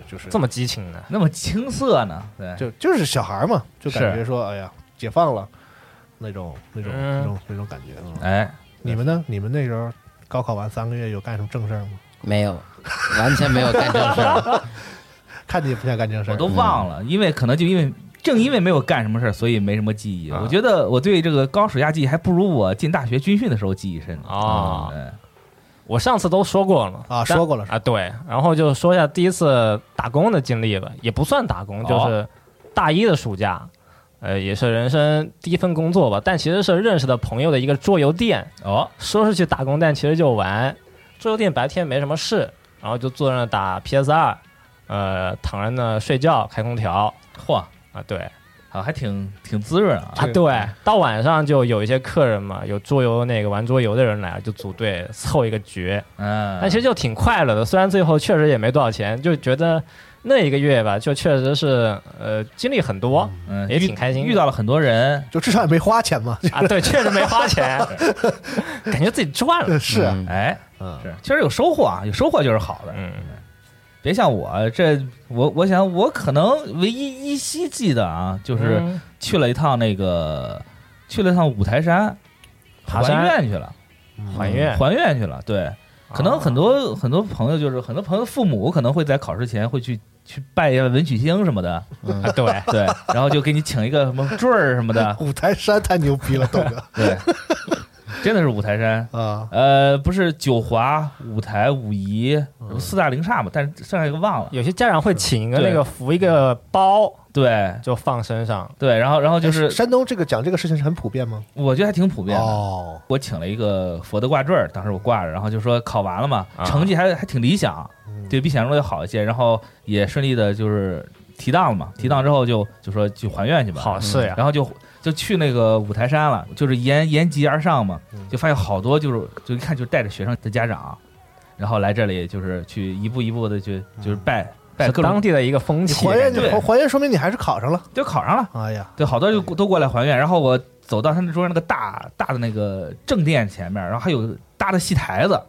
就就是这么激情呢？那么青涩呢，对，就就是小孩嘛，就感觉是说哎呀，解放了那种那种嗯那种那种感觉。嗯哎，你们呢？你们那时候高考完三个月有干什么正事儿吗？ (laughs) 没有，完全没有干正事儿。看你也不想干正事儿，我都忘了，因为可能就因为正因为没有干什么事儿，所以没什么记忆。啊我觉得我对这个高暑假记忆还不如我进大学军训的时候记忆深呢。啊嗯我上次都说过了啊但说过了是吧啊，对，然后就说一下第一次打工的经历吧，也不算打工，哦就是大一的暑假，呃，也是人生第一份工作吧，但其实是认识的朋友的一个桌游店，哦，说是去打工，但其实就玩。桌游店白天没什么事，然后就坐在那打 PS 二，呃，躺在那睡觉，开空调嚯，啊，对，啊，还挺挺滋润啊。啊，对，到晚上就有一些客人嘛，有桌游那个玩桌游的人来了，就组队凑一个局，嗯，但其实就挺快乐的。虽然最后确实也没多少钱，就觉得那一个月吧，就确实是呃经历很多嗯也遇挺开心的遇到了很多人。就至少也没花钱 (laughs) 嘛，嗯啊，对，确实没花钱，感觉自己赚 (laughs) (laughs) 了。是啊，嗯哎，嗯，是，确实有收获啊，有收获就是好的。嗯，别像我这，我我想我可能唯一依稀记得啊，就是嗯去了一趟那个，去了一趟五台山，爬还山愿去了，还愿，啊还愿去了。对，可能很多、很多朋友就是很多朋友父母可能会在考试前会去去拜一下文曲星什么的，啊，对，对，然后就给你请一个什么坠儿什么的，五台山太牛逼了，豆 (laughs) 哥对，真的是五台山。啊，呃，不是九华、五台、武夷嗯四大名刹嘛，但是剩下一个忘了。有些家长会请一个对那个扶一个包对就放身上，对，然后然后就是哎山东这个讲这个事情是很普遍吗？我觉得还挺普遍的。哦，我请了一个佛的挂坠儿，当时我挂着，然后就说考完了嘛，啊成绩还还挺理想，嗯对比想象中要好一些，然后也顺利的就是提档了嘛，提档之后就就说去还愿去吧，好啊事呀。然后就就去那个五台山了，就是沿沿级而上嘛嗯，就发现好多就是就一看就带着学生的家长，然后来这里就是去一步一步的去就是嗯拜拜是各种当地的一个风你气还感愿觉，就还还愿，说明你还是考上了。就考上了，哎呀，对，好多就都过来还愿。然后我走到他那桌上那个大大的那个正殿前面，然后还有搭的戏台子，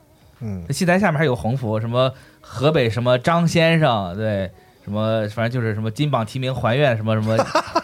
嗯那戏台下面还有横幅，什么河北什么张先生，对。什么，反正就是什么金榜题名还愿什么什 (laughs) 么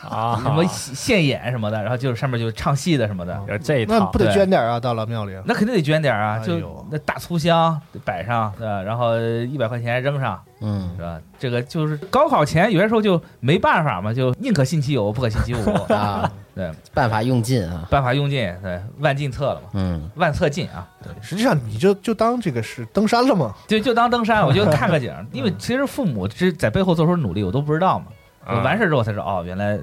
啊，什么现演什么的，然后就是上面就唱戏的什么的，哦有 (laughs) 这一那套不，得对捐点啊？到了庙里，那肯定得捐点儿啊，哎就呦那大粗香得摆上，对吧？然后一百块钱扔上，嗯是吧？这个就是高考前，有些时候就没办法嘛，就宁可信其有，不可信其无， (laughs) 啊，对，办法用尽啊，办法用尽，对，万尽测了嘛，嗯万测尽啊，实际上你就就当这个是登山了嘛，就就当登山，我就看个景儿，因为其实父母是在背后做出努力，我都不知道嘛，我嗯完事儿之后才知道，哦，原来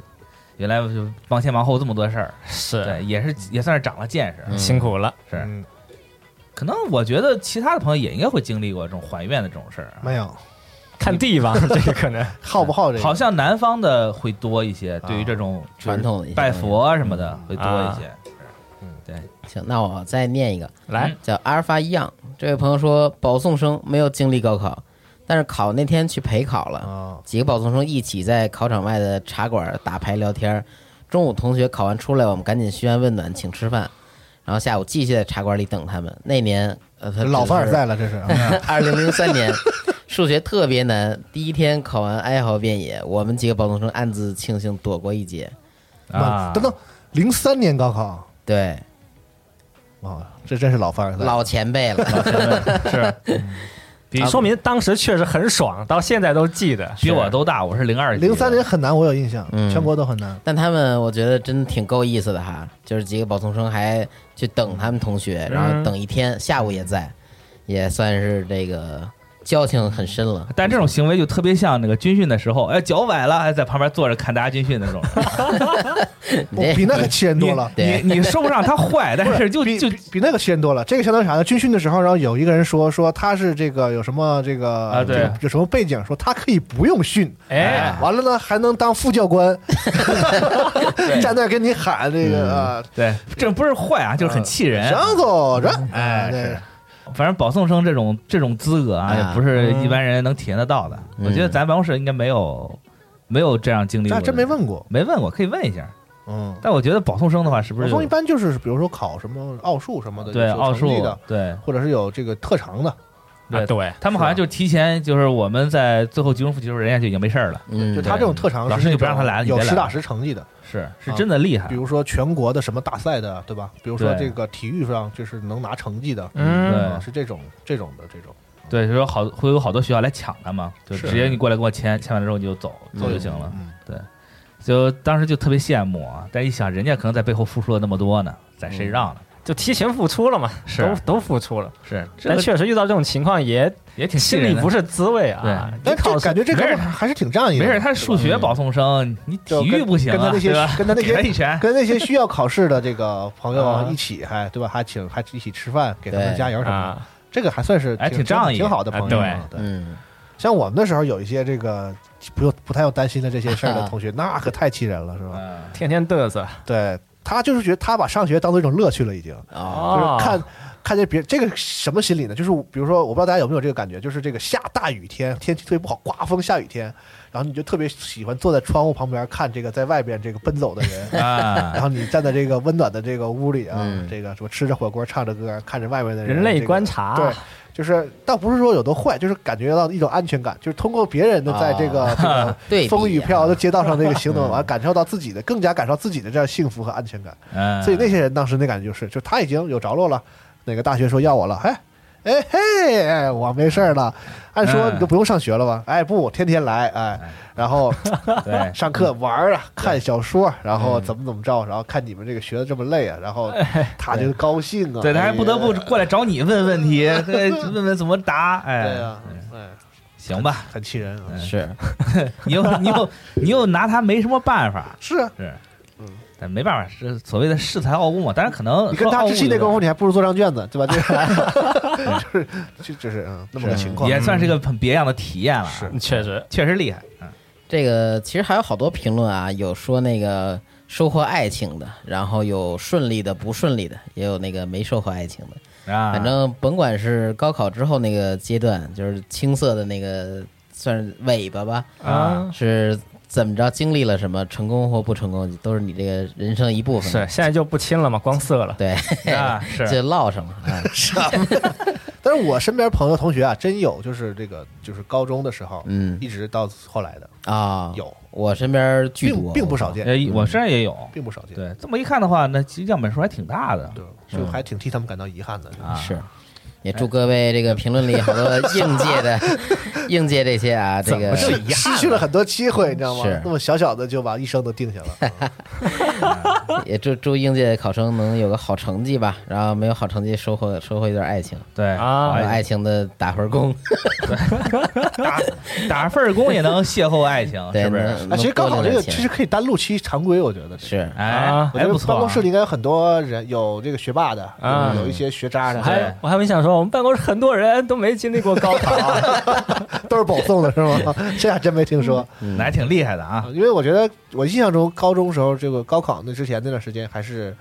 原来就忙前忙后这么多事儿，是对，也是也算是长了见识，嗯辛苦了。是嗯可能我觉得其他的朋友也应该会经历过这种还愿的这种事儿啊，没有，看 (laughs) 地方，这个可能好不好这好个？像南方的会多一些，对于这种就是传统的一些拜佛啊什么的会多一些。行，那我再念一个，来嗯，叫阿尔法一样。这位朋友说，保送生没有经历高考，但是考那天去陪考了，啊，几个保送生一起在考场外的茶馆打牌聊天儿。中午同学考完出来，我们赶紧嘘寒问暖，请吃饭。然后下午继续在茶馆里等他们。那年，呃，他老凡尔赛了，这是。啊嗯 (laughs) 二零零三 (laughs) 年，数学特别难，第一天考完哀嚎遍野，我们几个保送生暗自庆幸躲过一劫。啊，等等，零三年高考，哦对，哇，这真是老凡尔赛。嗯老前辈了，是比啊说明当时确实很爽，到现在都记得。比我都大，我是零二零三年很难，我有印象，嗯全国都很难。但他们我觉得真挺够意思的哈，就是几个保送生还去等他们同学，然后等一天，下午也在，也算是这个交情很深了。但这种行为就特别像那个军训的时候，哎，脚崴了，还在旁边坐着看大家军训那种。你我这哦比那个气人多了。你嗯对你说不上他坏，但是就比就比比那个气人多了。这个相当于啥呢？军训的时候，然后有一个人说说他是这个有什么这个啊对这个有什么背景，说他可以不用训，哎，完了呢还能当副 (laughs) 教官， (laughs) 站那儿跟你喊这个啊，对，这不是坏啊，就是很气嗯人。想走着，哎啊是对，反正保送生这种这种资格啊，啊也不是一般人能体验得到的。嗯我觉得咱办公室应该没有没有这样经历过那的，真没问过，没问过，可以问一下。嗯。但我觉得保送生的话，是不保是送一有般就是比如说考什么奥数什么的，对有奥成绩数的，对或者是有这个特长的，啊对，他们好像就提前，就是我们在最后集中复习的时候，人家就已经没事儿了。嗯，就他这种特长是老师就不让他那种来了你有别来实打了实成绩的，是是啊真的厉害比，如说全国的什么大赛的，对吧？比如说对这个体育上就是能拿成绩的，嗯，啊，是这种这种的这种。对，就是说好会有好多学校来抢他嘛，就是直接你过来给我签，签完了之后你就走走就行了。嗯，就当时就特别羡慕啊，但一想人家可能在背后付出了那么多呢，在谁让呢？就提前付出了嘛，是都都付出了。嗯是，这但个确实遇到这种情况也也挺气心里人的不。是滋味啊对。你但考这试感觉这哥们没儿事还是挺仗义的，没事，他对吧数学保送生，你就体育不行跟他啊，那对些吧？跟他那给他一些拳，跟那些需要考试的这个朋友啊啊一起还对吧？还请还一起吃饭，给他们对加油什么的，啊，这个还算是哎挺挺仗义挺好的哎朋友啊。对，嗯，像我们那时候有一些这个不用不太用担心的这些事儿的同学，那可太气人了，是吧？嗯天天嘚瑟对他就是觉得他把上学当做一种乐趣了，已经哦，就是哦，看。看见别这个什么心理呢？就是比如说，我不知道大家有没有这个感觉，就是这个下大雨天，天气特别不好，刮风下雨天，然后你就特别喜欢坐在窗户旁边看这个在外边这个奔走的人， (laughs) 然 (laughs) 啊，后你站在这个温暖的这个屋里啊，嗯这个什么吃着火锅唱着歌，看着外面的人，人类观察。啊察，对，就是倒不是说有多坏，就是感觉到一种安全感，就是通过别人的在这个、啊这个 (laughs) 对比风雨飘摇的街道上这个行嗯走，完感受到自己的，更加感受到自己的这样幸福和安全感。嗯所以那些人当时那感觉就是，就他已经有着落了，哪个大学说要我了，哎。哎嘿，哎我没事儿了。按说嗯你都不用上学了吧？哎，不，天天来，哎哎，嗯然后 (laughs) 对上课玩儿啊，看小说，然后怎么怎么着，然后看你们这个学的这么累啊，然后他就高兴啊。哎对，他还不得不哎过来找你问问 (laughs) 题，对，问问怎么答，对哎，啊，哎，行吧，很气人哎啊。是你又你又你又拿他没什么办法，是啊，是嗯，但没办法，是所谓的恃才傲物嘛，当然可能你跟说傲他物置气那有点功夫，你还不如做张卷子， (laughs) 对吧？这就是就就是嗯，那么个嗯情况。也算是个很别样的体验了，是，确实确实厉害，嗯这个其实还有好多评论啊，有说那个收获爱情的，然后有顺利的、不顺利的，也有那个没收获爱情的。啊，反正甭管是高考之后那个阶段，就是青涩的那个算是尾巴吧，啊啊。是怎么着经历了什么，成功或不成功，都是你这个人生一部分。是，现在就不亲了嘛，光色了。对， (laughs) 啊是就落上了啊。但是我身边朋友同学啊，真有就是这个就是高中的时候，嗯一直到后来的 (laughs) 啊，有，我身边巨并多，并不少见，呃，我身上也有，并不少见。对，这么一看的话，那其实样本数还挺大的对，就还挺替他们感到遗憾的。啊。是，也祝各位这个评论里好多应届 (laughs) 的 (laughs) 应届这些啊，这个哎是失去了很多机会，你知道吗是？那么小小的就把一生都 (laughs) 定下了。哎也祝祝应届的考生能有个好成绩吧，然后没有好成绩收获收获一段爱情，对啊然后哎爱情的打份工，打打份儿工也能邂�逅爱情，对，是不是？能啊，其实高考这个其其实可以单录期常规，我觉得这个是哎啊，我觉还得不错啊。办公室里应该有很多人，有这个学霸的，啊有有一些学渣我的，对还我还没想说，我们办公室很多人都没经历过高考，都是保送的是吗？这还真没听说，那还挺厉害的啊。因为我觉得我印象中高中时候这个高考那之前那段时间还是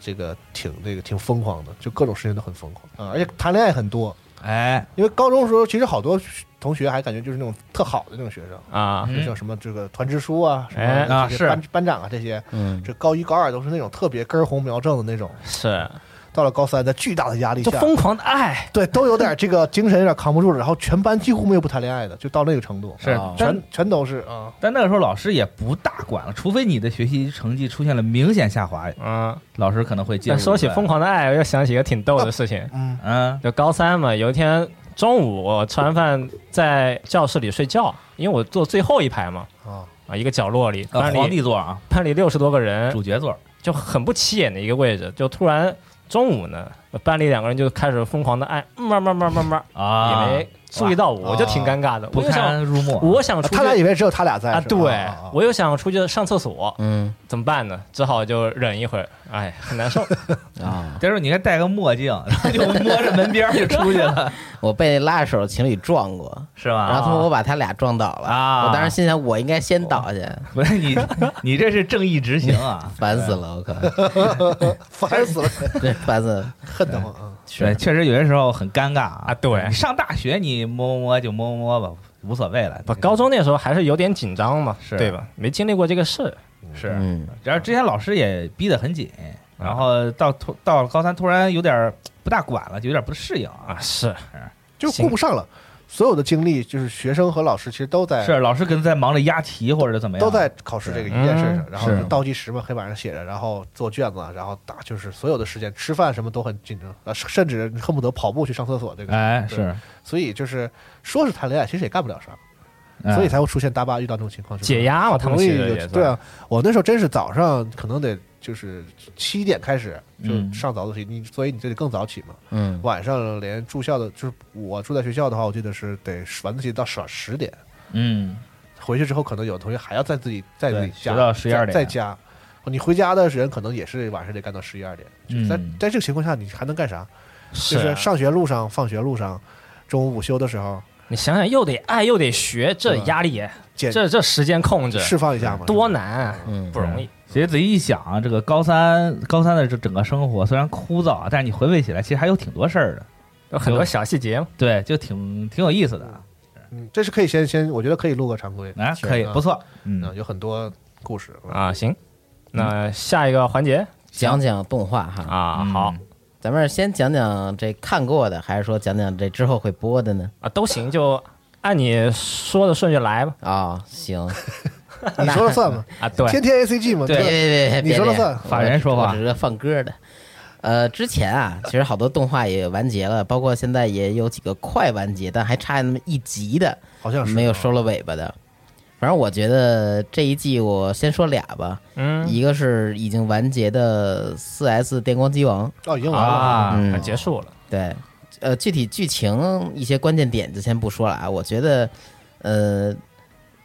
这个挺这个挺疯狂的，就各种事情都很疯狂啊，而且谈恋爱很多。哎，因为高中时候其实好多同学还感觉就是那种特好的那种学生， (laughs) 啊嗯就像什么这个团支书啊，什哎么啊这些是班班长啊这些，嗯，这高一高二都是那种特别根红苗正的那种，是到了高三在巨大的压力就下，疯狂的爱，对，都有点这个精神有点扛不住了，然后全班几乎没有不谈恋爱的，就到那个程度，是哦，但全全都是啊，但那个时候老师也不大管了，除非你的学习成绩出现了明显下滑，嗯。老师可能会介入。 (laughs) 但说起疯，狂的爱，我又想起一个挺逗的事情，嗯，嗯就高三嘛，有一天中午我吃完饭在教室里睡觉，因为我坐最后一排嘛，啊，啊，一个角落里，呃班皇里帝座啊，班里六十多个人，主角座，就很不起眼的一个位置，就突然中午呢，班里两个人就开始疯狂的按，慢慢慢慢慢，啊也没注意到我，我就挺尴尬的，不我又想堪入目。啊我想出去啊他俩以为只有他俩在啊，是吧对啊啊，我又想出去上厕所，嗯怎么办呢？只好就忍一会儿，哎，很难受。啊，再说你应该戴个墨镜，他就摸着门边儿就出去了，我被拉着手的情侣撞过，是吧？然后他说我把他俩撞倒了，啊哦我当时心想我应该先倒去，不是 (laughs) 你，你这是正义执行啊！烦死了， (laughs) 我靠， (laughs) 烦 (laughs) 死了，这烦死了，恨得慌嗯啊！对，是确实有些时候很尴尬啊啊对你上大学你摸摸就摸摸吧，无所谓了。 (laughs) 不，高中那时候还是有点紧张嘛，是对吧？没经历过这个事，是，嗯然后之前老师也逼得很紧，啊然后到突到高三突然有点儿不大管了，就有点不适应啊，啊。是就顾不上了，所有的精力就是学生和老师其实都在是，老师可能在忙着押题或者怎么样，啊都在考试这个一件事上，嗯然后是就倒计时嘛，黑板上写着，然后做卷子，然后打，就是所有的时间，吃饭什么都很紧张，啊，甚至恨不得跑步去上厕所这个，哎对是，所以就是说是谈恋爱，其实也干不了啥，哎所以才会出现大巴遇到这种情况，就是解压嘛，他很容们其易实有也对算啊，我那时候真是早上可能得就是七点开始就嗯上早自习，你所以你就得更早起嘛，嗯晚上连住校的，就是我住在学校的话，我记得是得晚自习到十十点。嗯回去之后，可能有同学还要在自己在自己对家学到12点在在家。你回家的人可能也是晚上得干到十一二点，就是在、嗯在这个情况下，你还能干啥？就是是啊上学路上、放学路上、中午午休的时候，你想想，又得爱又得学，这对压力也，简这这时间控制释放一下嘛，多难啊，嗯不容易。其实仔细一想啊，这个高三高三的这整个生活虽然枯燥啊，但是你回味起来其实还有挺多事儿的，有嗯很多小细节嘛，对，就挺挺有意思的。嗯，这是可以先先，我觉得可以录个常规，哎，是可以，嗯不错，嗯，嗯，有很多故事，啊，行，那下一个环节讲讲动画哈，啊，好咱们先讲讲这看过的，还是说讲讲这之后会播的呢？啊，都行，就按你说的顺序来吧。啊、行，你说了算吗？啊，对，天天 A C G 嘛，对别吧，别别，你别说了别算我法人说话我只是放歌的。呃，之前啊，其实好多动画也完结了，包括现在也有几个快完结，但还差那么一集的，好像是没有收了尾巴的。反正我觉得这一季我先说俩吧，嗯，一个是已经完结的四 S 电光机王，哦，已经完了，啊，嗯结束了，对，呃，具体剧情一些关键点就先不说了啊。我觉得，呃，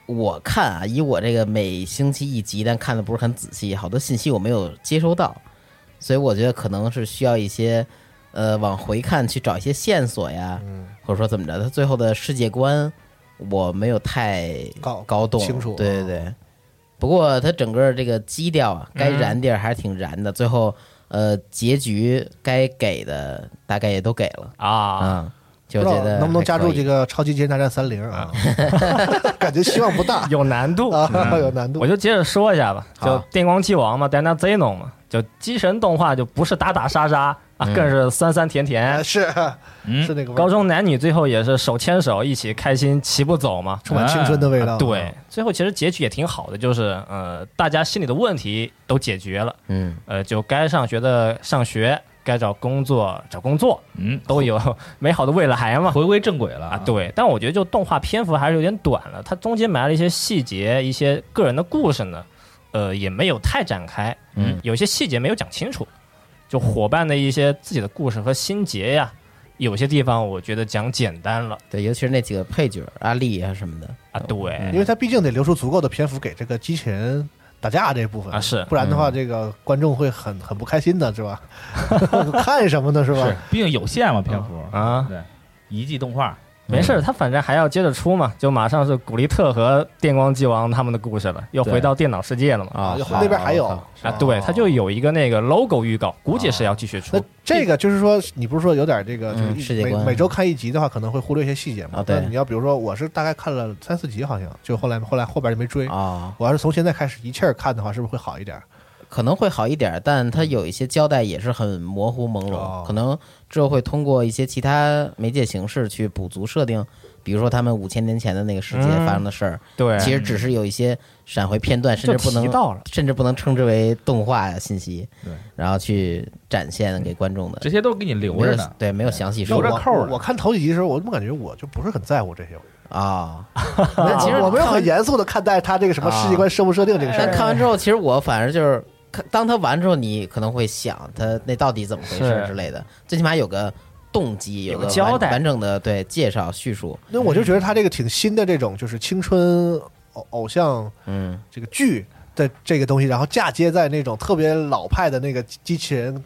我看啊，以我这个每星期一集，但看的不是很仔细，好多信息我没有接收到，所以我觉得可能是需要一些，呃，往回看去找一些线索呀，嗯，或者说怎么着，他最后的世界观我没有太搞搞懂清楚嗯对对对。不过它整个这个基调啊，该燃地儿还是挺燃的。最后，呃，结局该给的大概也都给了啊，啊、不就知觉道得能不能加入这个？个超级机器人大战三零啊？ (laughs) 感觉希望不大 (laughs) 有难度。啊， (laughs) 有难度我。就接着说一下吧，好就电光机王嘛，Dana Zeno 嘛，就机神动画就不是打打杀杀啊，嗯更是酸酸甜啊甜。是嗯 (laughs) 是那个味儿高中男女最后也是手牵手一起开心齐步走嘛，啊充满青春的味道。啊对，，最后其实结局也挺好的，就是呃，大家心里的问题都解决了，嗯，呃，就该上学的上学，该找工作找工作，嗯，都有 (laughs) 美好的未来嘛。回归正轨了啊，，对，但我觉得就动画篇幅还是有点短了，它中间埋了一些细节，一些个人的故事呢，呃，也没有太展开，嗯，有些细节没有讲清楚，就伙伴的一些自己的故事和心结呀，有些地方我觉得讲简单了对，尤其是那几个配角阿丽啊什么的，啊，对，因为他毕竟得留出足够的篇幅给这个机器人打架这部分啊是不然的话，这个观众会很很不开心的，是吧？看什么呢，是吧是？，毕竟有限嘛，篇幅，啊，对，一季动画，没嗯事儿，他反正还要接着出嘛，就马上是古力特和电光机王他们的故事了，又回到电脑世界了嘛。啊，啊好那边还有好好啊，对，他就有一个那个 logo 预告，估计是要继续哦那出。这个就是说，你不是说有点这个，嗯就是一世界观每每周看一集的话，可能会忽略一些细节嘛啊？对但你要比如说，我是大概看了三四集，好像就后来后来后边就没追。啊，我要是从现在开始一气儿看的话，是不是会好一点？可能会好一点，但它有一些交代也是很模糊朦哦胧，可能之后会通过一些其他媒介形式去补足设定，比如说他们五千年前的那个世界嗯发生的事儿，对，其实只是有一些闪回片段，甚就至不能提到了，甚至不能称之为动画信息，对，然后去展现给观众的，这些都给你留没有着呢。对，没有详细那说留着我扣儿我我看头几集的时候，我怎么感觉我就不是很在乎 (laughs) 这些？啊。我其实我没有很严肃的看待他这个什么世界观设不设定这个事但儿。看完之后，其实我反而就是看，当他完之后，你可能会想他那到底怎么回事是之类的，最起码有个动机，有有个个交完代完整的对介绍叙述。那我就觉得他这个挺新的这种就是青春偶偶像嗯，这个剧的这个东西，然后嫁接在那种特别老派的那个机器人。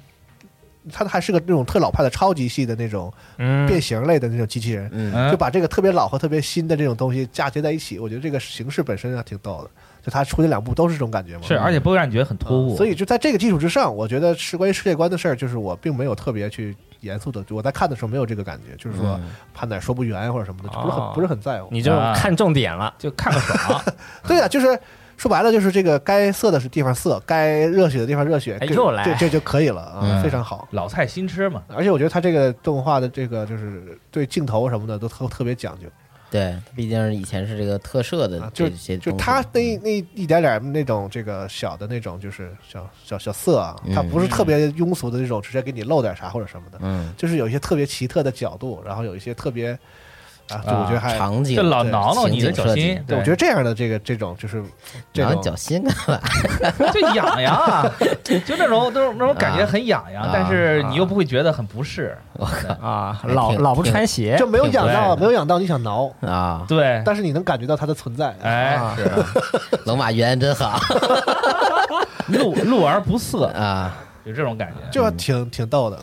他还是个那种特老派的超级系的那种嗯，变形类的那种机器人，嗯，嗯就，把这个特别老和特别新的这种东西嫁接在一起，我觉得这个形式本身还挺逗的。就他出的两部都是这种感觉嘛，是，啊而且不会让你觉得很突兀。嗯所以就在这个基础之上，我觉得是关于世界观的事儿，就是我并没有特别去严肃的，我在看的时候没有这个感觉，就是说怕哪儿说不圆或者什么的，就不是很、哦不是很在乎。你就啊看重点了，就看个爽，对啊，就是说白了，就是这个该色的是地方色，该热血的地方热血，哎这又来这这就可以了啊，嗯非常好。老菜新吃嘛。而且我觉得他这个动画的这个就是对镜头什么的都特特别讲究。对，毕竟以前是这个特摄的啊呃这些就东西，嗯他那那一点点那种这个小的那种就是小小小色啊，嗯他不是特别庸俗的那种，直接给你露点啥或者什么的，嗯就是有一些特别奇特的角度，然后有一些特别啊，就我觉得还，场景就老挠挠情你的景脚设计心，对我觉得这样的这个这种就是这然种后脚心啊干嘛？就痒痒啊， (laughs) 就那种那种那种感觉很痒痒啊，但是你又不会觉得很不适。我靠啊，哎还老挺老不挺穿鞋就，没有养挺到对没有养到你想挠，啊！对，但是你能感觉到它的存在。哎，是 (laughs) 龙马原来真好露露而不涩，啊！有这种感觉。就挺挺逗的，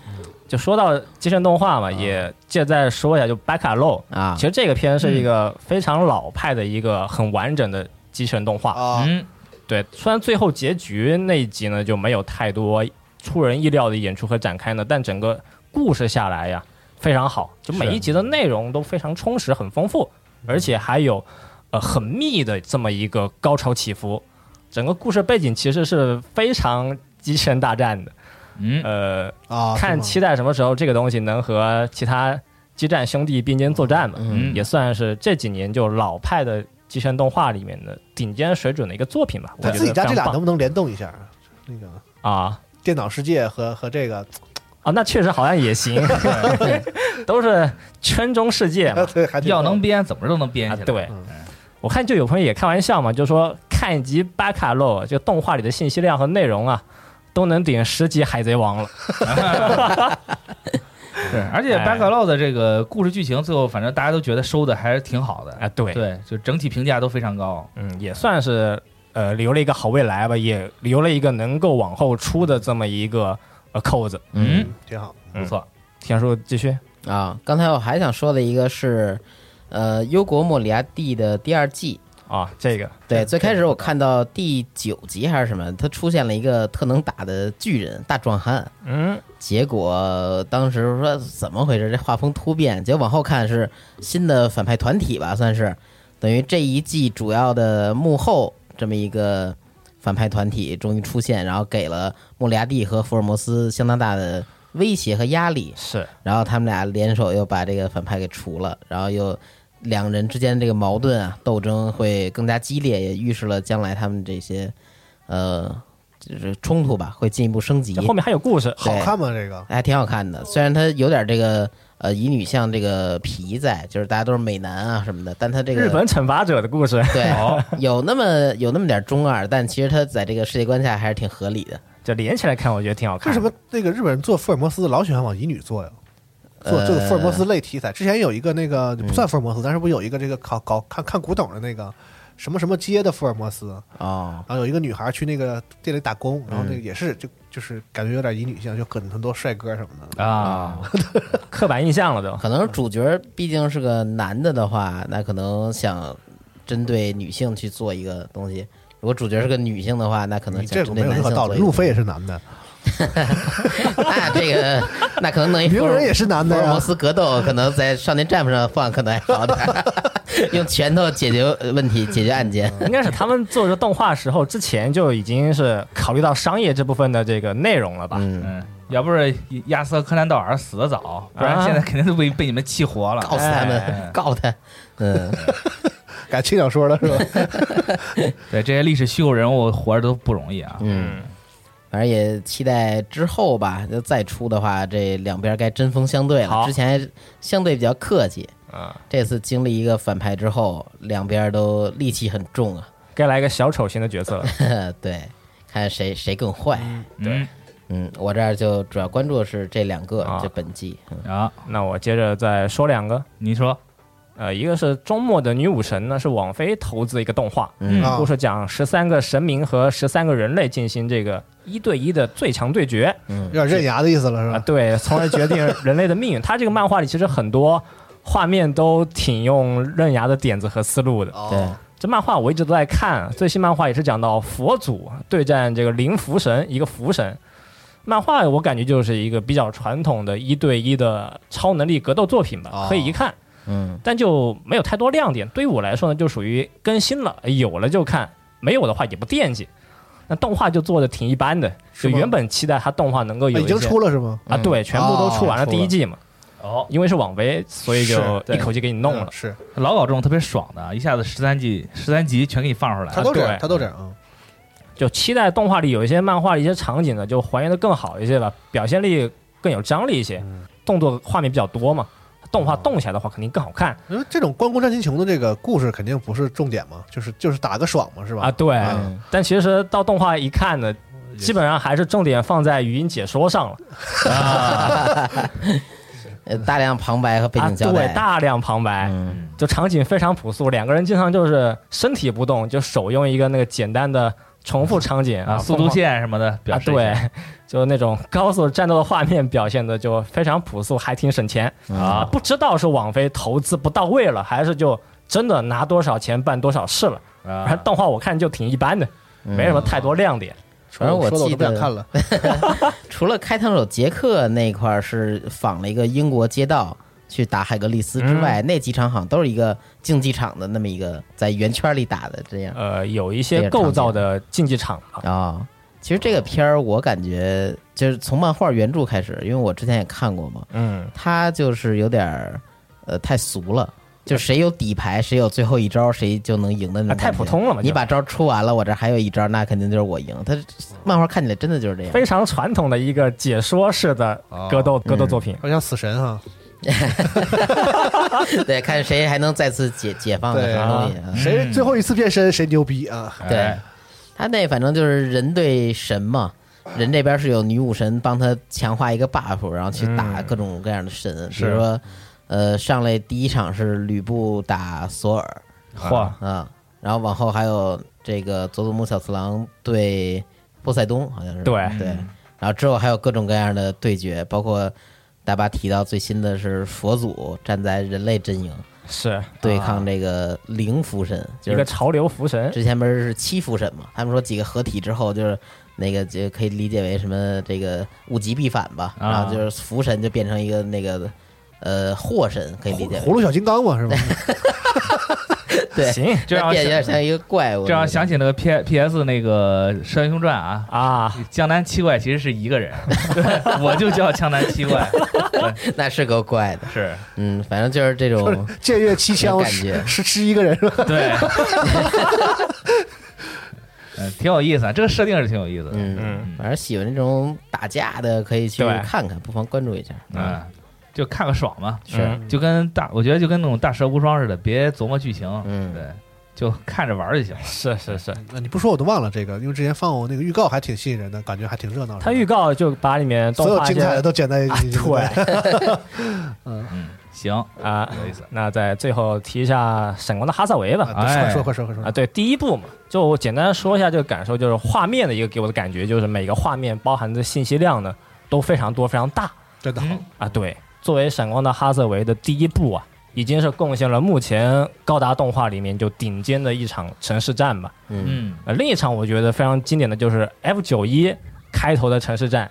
就说到机身动画嘛，也借再说一下，就白卡漏啊其实这个片是一个非常老派的一个很完整的机器人动画，啊嗯，对，虽然最后结局那一集呢就没有太多出人意料的演出和展开呢，但整个故事下来呀非常好，就每一集的内容都非常充实、很丰富，嗯而且还有呃很密的这么一个高潮起伏。整个故事背景其实是非常机器人大战的，嗯，呃，啊！看是期吗待什么时候这个东西能和其他基战兄弟并肩作战吧，嗯也算是这几年就老派的机器人动画里面的顶尖水准的一个作品吧。我他觉自己得家非这俩常棒能不能联动一下？那个啊电脑世界和和这个，啊，那确实好像 (laughs) 也行，都是圈中世 (laughs) 界嘛。 (laughs) 对，还嗯挺要逗能编，怎么都能编啊起，来。 (laughs) 对嗯，我看就有朋友也开玩笑嘛，就说看一集《巴卡洛》就动画里的信息量和内容啊，都能顶十集《海贼王》了。是，而且《哎 b a c k l o 的这个故事剧情，最后反正大家都觉得收的还是挺好的。啊，对，对，就整体评价都非常高。嗯，也算是呃留了一个好未来吧，也留了一个能够往后出的这么一个呃扣子。嗯，挺好。不错。天叔继续啊！刚才我还想说的一个是，呃，《忧国莫里亚蒂》的第二季，啊，这个对，最开始我看到第九集还是什么，他出现了一个特能打的巨人大壮汉，嗯结果当时说怎么回事？这画风突变，结果往后看是新的反派团体吧，算是等于这一季主要的幕后这么一个反派团体终于出现，然后给了莫里亚蒂和福尔摩斯相当大的威胁和压力，是然后他们俩联手又把这个反派给除了，然后又两人之间这个矛盾啊斗争会更加激烈，也预示了将来他们这些呃就是冲突吧会进一步升级这，后面还有故事，好看吗？这个还哎挺好看的。虽然它有点这个呃以女向这个皮在，就是大家都是美男啊什么的，但它这个日本惩罚者的故事，对有那么有那么点中二，但其实它在这个世界观下还是挺合理的。就连起来看，我觉得挺好看为的。什么那个日本人做福尔摩斯老喜欢往乙女做呀？做做福尔摩斯类题材，之前有一个那个不算福尔摩斯，但是不有一个这个考搞看看古董的那个什么什么街的福尔摩斯，啊哦，然后有一个女孩去那个店里打工，然后那个也是就就是感觉有点乙女像，就很很多帅哥什么的。啊，刻板印象了 (laughs) 都？可能主角毕竟是个男的的话，那可能想针对女性去做一个东西；如果主角是个女性的话，那可能你想这针对个没男有任何性道做理，一 (laughs) 路个。飞也是男的，那这个那可能等于云人也是男的福尔呀摩。斯格斗可能在少年 Jump 上放可能还好点儿。用拳头解决呃问题，解决案件。应该是他们做这动画时候之前就已经是考虑到商业这部分的这个内容了吧？嗯，嗯，要不是亚瑟柯南道尔死的早，不然啊现在肯定都被被你们气活了。告诉他哎们， (laughs) 告他。嗯，改轻小说了 (laughs) 是吧？对这些历史虚构人物活着都不容易啊。嗯，反正也期待之后吧，就再出的话，这两边该针锋相对了。好之前还相对比较客气，啊，这次经历一个反派之后，两边都戾气很重啊。 (laughs) 该来个小丑型的角色了。对，看谁谁更坏。对嗯，我这儿就主要关注的是这两个啊，这本季。嗯啊，那我接着再说两个，你说呃，一个是《周末的女武神》呢，是网飞投资的一个动画，嗯啊故事讲十三个神明和十三个人类进行这个一对一的最强对决有点刃牙的意思了是嗯啊、吧？对，从而决定 (laughs) 人类的命运。它这个漫画里其实很多画面都挺用刃牙的点子和思路的。对哦，，这漫画我一直都在看，最新漫画也是讲到佛祖对战这个灵符神，一个符神。漫画我感觉就是一个比较传统的一对一的超能力格斗作品吧哦，可以一看，嗯但就没有太多亮点。对于我来说呢，就属于更新了，有了就看，没有的话也不惦记。那动画就做的挺一般的，是就吗原本期待它动画能够有啊已一些经出了是吗？啊，嗯对，全部都出完哦了出第一了季嘛，哦，因为是网飞，所以就是对一口气给你弄嗯了。啊是老搞这种特别爽的，一下子十三季十三集全给你放出来他了。都这样，对他都这样啊。就期待动画里有一些漫画里一些场景呢，就还原的更好一些吧，表现力更有张力一些，动作画面比较多嘛，动画动起来的话肯定更好看因为这种关公战秦琼的这个故事肯定不是重点嘛，就是就是打个爽嘛，是吧？啊。对，嗯但其实到动画一看呢，基本上还是重点放在语音解说上了呃 (laughs) 大量旁白和背啊，景交代。对，大量旁白。嗯就场景非常朴素，两个人经常就是身体不动，就手用一个那个简单的重复场景啊，速疯度狂线什么的表啊，示一下对，就那种高速战斗的画面表现的就非常朴素，还挺省钱啊。不知道是网飞投资不到位了，还是就真的拿多少钱办多少事了。反正啊，嗯动画我看就挺一般的，没什么太多亮点。反正我说的我记都不想得看了。 (laughs) (laughs) 除了开膛手杰克那块儿是仿了一个英国街道去打海格力斯之嗯外，那几场好像都是一个竞技场的那么一个在圆圈里打的这样啊、呃，有一些构造的竞技场啊，其实这个片儿我感觉就是从漫画原著开始，因为我之前也看过嘛，嗯，它就是有点儿呃太俗了。就谁有底牌，谁有最后一招，谁就能赢的那种啊感觉、太普通了嘛，你就把招出完了，我这还有一招，那肯定就是我赢。它漫画看起来真的就是这样，非常传统的一个解说式的格哦斗格斗作品。好像死神哈， (laughs) 对，看谁还能再次解解放对什么东西。啊嗯谁最后一次变身谁牛逼啊？对哎，他那反正就是人对神嘛，人这边是有女武神帮他强化一个 buff，然后去嗯打各种各样的神，比如说，呃，上来第一场是吕布打索尔嗯嚯，啊，然后往后还有这个佐佐木小次郎对波塞冬，好像是对嗯对，然后之后还有各种各样的对决，包括大巴提到最新的是佛祖站在人类阵营是啊对抗这个灵符神，就啊是一个潮流福神，之前不是是七福神嘛？他们说几个合体之后，就是那个就可以理解为什么这个物极必反吧，啊然后就是福神就变成一个那个呃祸神，可以理解葫芦小金刚 (laughs) 嘛是吧？对，行这让我变有点想像一个怪物，这让我想起那个 P P S 那个《射雕英雄传》啊， (laughs) 啊，江南七怪其实是一个人，对，我就叫江南七怪，那是个怪的，是嗯，反正就是这种借阅七枪有感觉十十十一个人是吧？ (laughs) 对， (laughs) 嗯，挺有意思啊，这个设定是挺有意思的，嗯嗯反正喜欢这种打架的可以去对看看，不妨关注一下。嗯，就看个爽嘛，是嗯就跟大，我觉得就跟那种大蛇无双似的，别琢磨剧情，嗯对，就看着玩儿就行了。是是是，嗯啊你不说我都忘了这个，因为之前放过那个预告，还挺吸引人的，感觉还挺热闹的。他预告就把里面动所有画一精些彩的都剪在一起。啊对嗯，行，啊，有意思。那再最后提一下《闪光的哈萨维》吧啊，，哎快说快说快说啊，！对，第一部嘛，就我简单说一下这个感受，就是画面的一个给我的感觉，就是每个画面包含的信息量呢都非常多、非常大真的好，啊。对，作为《闪光的哈瑟维》的第一部啊，已经是贡献了目前高达动画里面就顶尖的一场城市战吧。嗯，嗯，呃，另一场我觉得非常经典的就是 F 九一开头的城市战，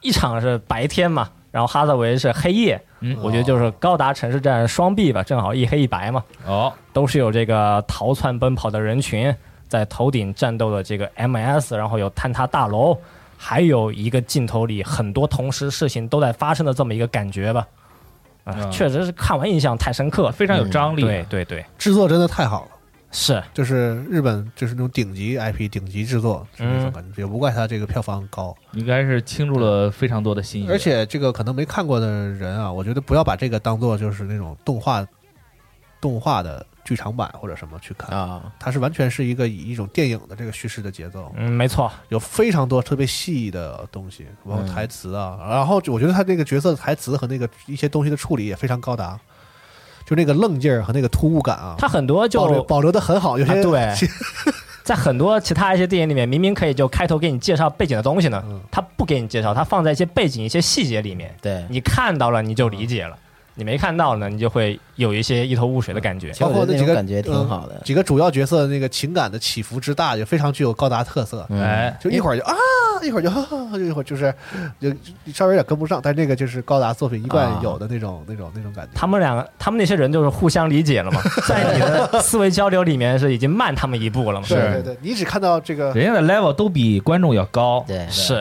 一场是白天嘛，然后哈萨维是黑夜，嗯我觉得就是高达城市战双臂吧，正好一黑一白嘛，哦，都是有这个逃窜奔跑的人群在头顶战斗的这个 MS，然后有坍塌大楼，还有一个镜头里很多同时事情都在发生的这么一个感觉吧。啊、嗯确实是看完印象太深刻了，非常有张力。啊嗯对对对，制作真的太好了。是就是日本就是那种顶级 IP、顶级制作，是那种感觉，也不怪它这个票房高。应该是倾注了非常多的心意。而且这个可能没看过的人啊，我觉得不要把这个当做就是那种动画、动画的剧场版或者什么去看，啊，它是完全是一个以一种电影的这个叙事的节奏，嗯，没错，有非常多特别细的东西，包括嗯台词啊。然后我觉得他那个角色的台词和那个一些东西的处理也非常高达，就那个愣劲儿和那个突兀感啊，它很多保留就保留的很好。有些、啊 (laughs) 对在很多其他一些电影里面，明明可以就开头给你介绍背景的东西呢嗯，它不给你介绍，它放在一些背景一些细节里面，对，你看到了你就理解了，你没看到呢，你就会有一些一头雾水的感觉。其实包我觉括得那几种个感觉挺好的嗯，几个主要角色的那个情感的起伏之大，也非常具有高达特色。嗯哎，就一会儿就啊，一会儿就 (laughs) 哈哈，就一会儿就是就就稍微有点跟不上，但这个就是高达作品一贯啊有的那种、那种那种感觉。他们两个，他们那些人就是互相理解了嘛，在你的思维交流里面是已经慢他们一步了嘛。对是对对，你只看到这 (laughs) 个人家的 level 都比观众要高。对，是，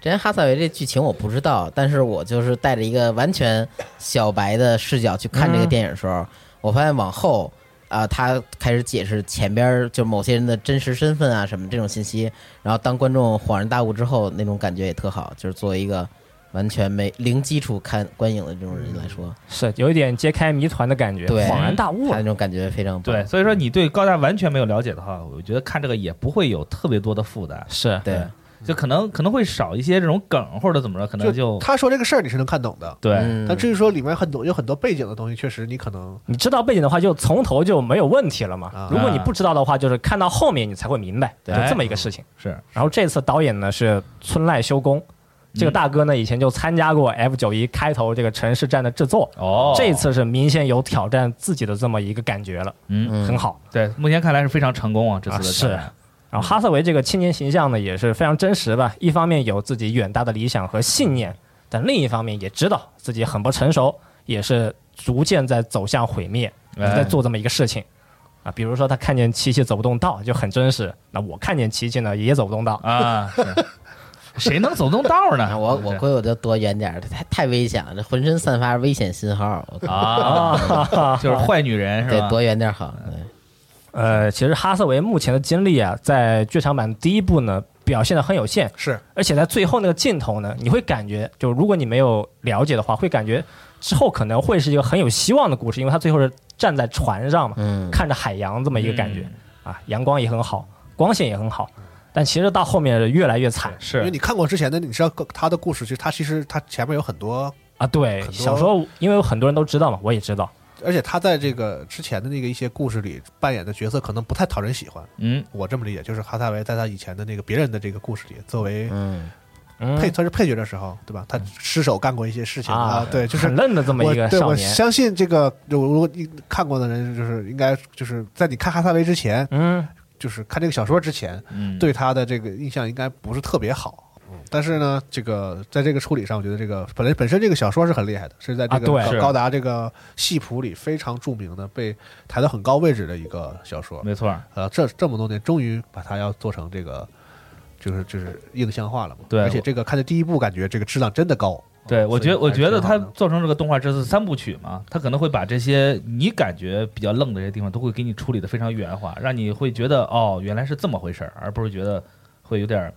之前哈萨维这剧情我不知道，但是我就是带着一个完全小白的视角去看这个电影的时候，我发现往后啊、他开始解释前边儿就某些人的真实身份啊什么这种信息，然后当观众恍然大悟之后，那种感觉也特好，就是作为一个完全没零基础看观影的这种人来说，是有一点揭开谜团的感觉，对恍然大悟他了那。种感觉非常棒。对，所以说你对高达完全没有了解的话，我觉得看这个也不会有特别多的负担，是，对嗯就可能可能会少一些这种梗或者怎么着，可能就他说这个事儿你是能看懂的，对嗯但至于说里面很多有很多背景的东西，确实你可能你知道背景的话，就从头就没有问题了嘛啊。如果你不知道的话，就是看到后面你才会明白，就对这么一个事情。是然后这次导演呢是村濑修公，这个大哥呢以前就参加过 F 九一开头这个城市战的制作，哦，这次是明显有挑战自己的这么一个感觉了，嗯，嗯很好。对，目前看来是非常成功啊，这次的啊挑战、嗯然后哈瑟维这个青年形象呢，也是非常真实吧。一方面有自己远大的理想和信念，但另一方面也知道自己很不成熟，也是逐渐在走向毁灭，也哎在做这么一个事情啊。比如说他看见琪琪走不动道就很真实，那我看见琪琪呢也走不动道，啊，是谁能走动道啊 (laughs) 呢？我是不我是归我就躲远点儿，太太危险了，这浑身散发危险信号，我靠， (laughs) 啊，就是坏女人是对，吧？躲远点儿好。对 (laughs) 呃，其实哈瑟维目前的经历啊，在剧场版第一部呢表现的很有限，是而且在最后那个镜头呢，你会感觉，就如果你没有了解的话，会感觉之后可能会是一个很有希望的故事，因为他最后是站在船上嘛，嗯，看着海洋这么一个感觉、嗯啊，阳光也很好，光线也很好，但其实到后面是越来越惨因为是你看过之前的，你知道他的故事，其实他其实他前面有很多，啊。对很，多小时候因为有很多人都知道嘛，我也知道，而且他在这个之前的那个一些故事里扮演的角色可能不太讨人喜欢。嗯，我这么理解，就是哈萨维在他以前的那个别人的这个故事里，作为嗯，嗯，配他是配角的时候，对吧？他失手干过一些事情啊啊，对，就是很愣的这么我一个对少我年，相信这个，如如果你看过的人，就是应该就是在你看哈萨维之前，嗯，就是看这个小说之前，嗯，对他的这个印象应该不是特别好。嗯但是呢，这个在这个处理上，我觉得这个本来本身这个小说是很厉害的，是在这啊个对高是高达这个系谱里非常著名的，被抬到很高位置的一个小说。没错，呃，这这么多年，终于把它要做成这个，就是就是映像化了嘛。对而且我这个看的第一部感觉这个质量真的高。对我觉得我觉得他他做成这个动画，这是三部曲嘛，他可能会把这些你感觉比较愣的这些地方，都会给你处理的非常圆滑，让你会觉得哦，原来是这么回事儿，而不是觉得会有点儿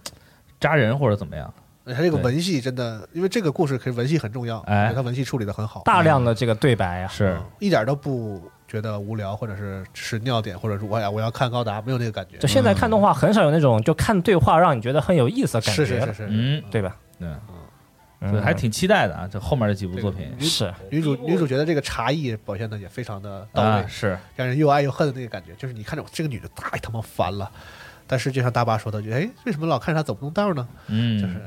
扎人或者怎么样。他这个对文戏真的，因为这个故事可以文戏很重要，哎他文戏处理的很好，大量的这个对白啊，是嗯一点都不觉得无聊，或者是是尿点，或者是我呀我要看高达，没有那个感觉就。现在看动画很少有那种就看对话让你觉得很有意思的感是觉是了是是，嗯，对吧？对，嗯对，还挺期待的啊，这后面的几部作品对是女主女主角的这个茶艺表现的也非常的到位，啊，是让人又爱又恨的那个感觉，就是你看着我这个女的太他妈烦了。但是就像大巴说的，就哎，为什么老看着他走不动道呢？嗯，就是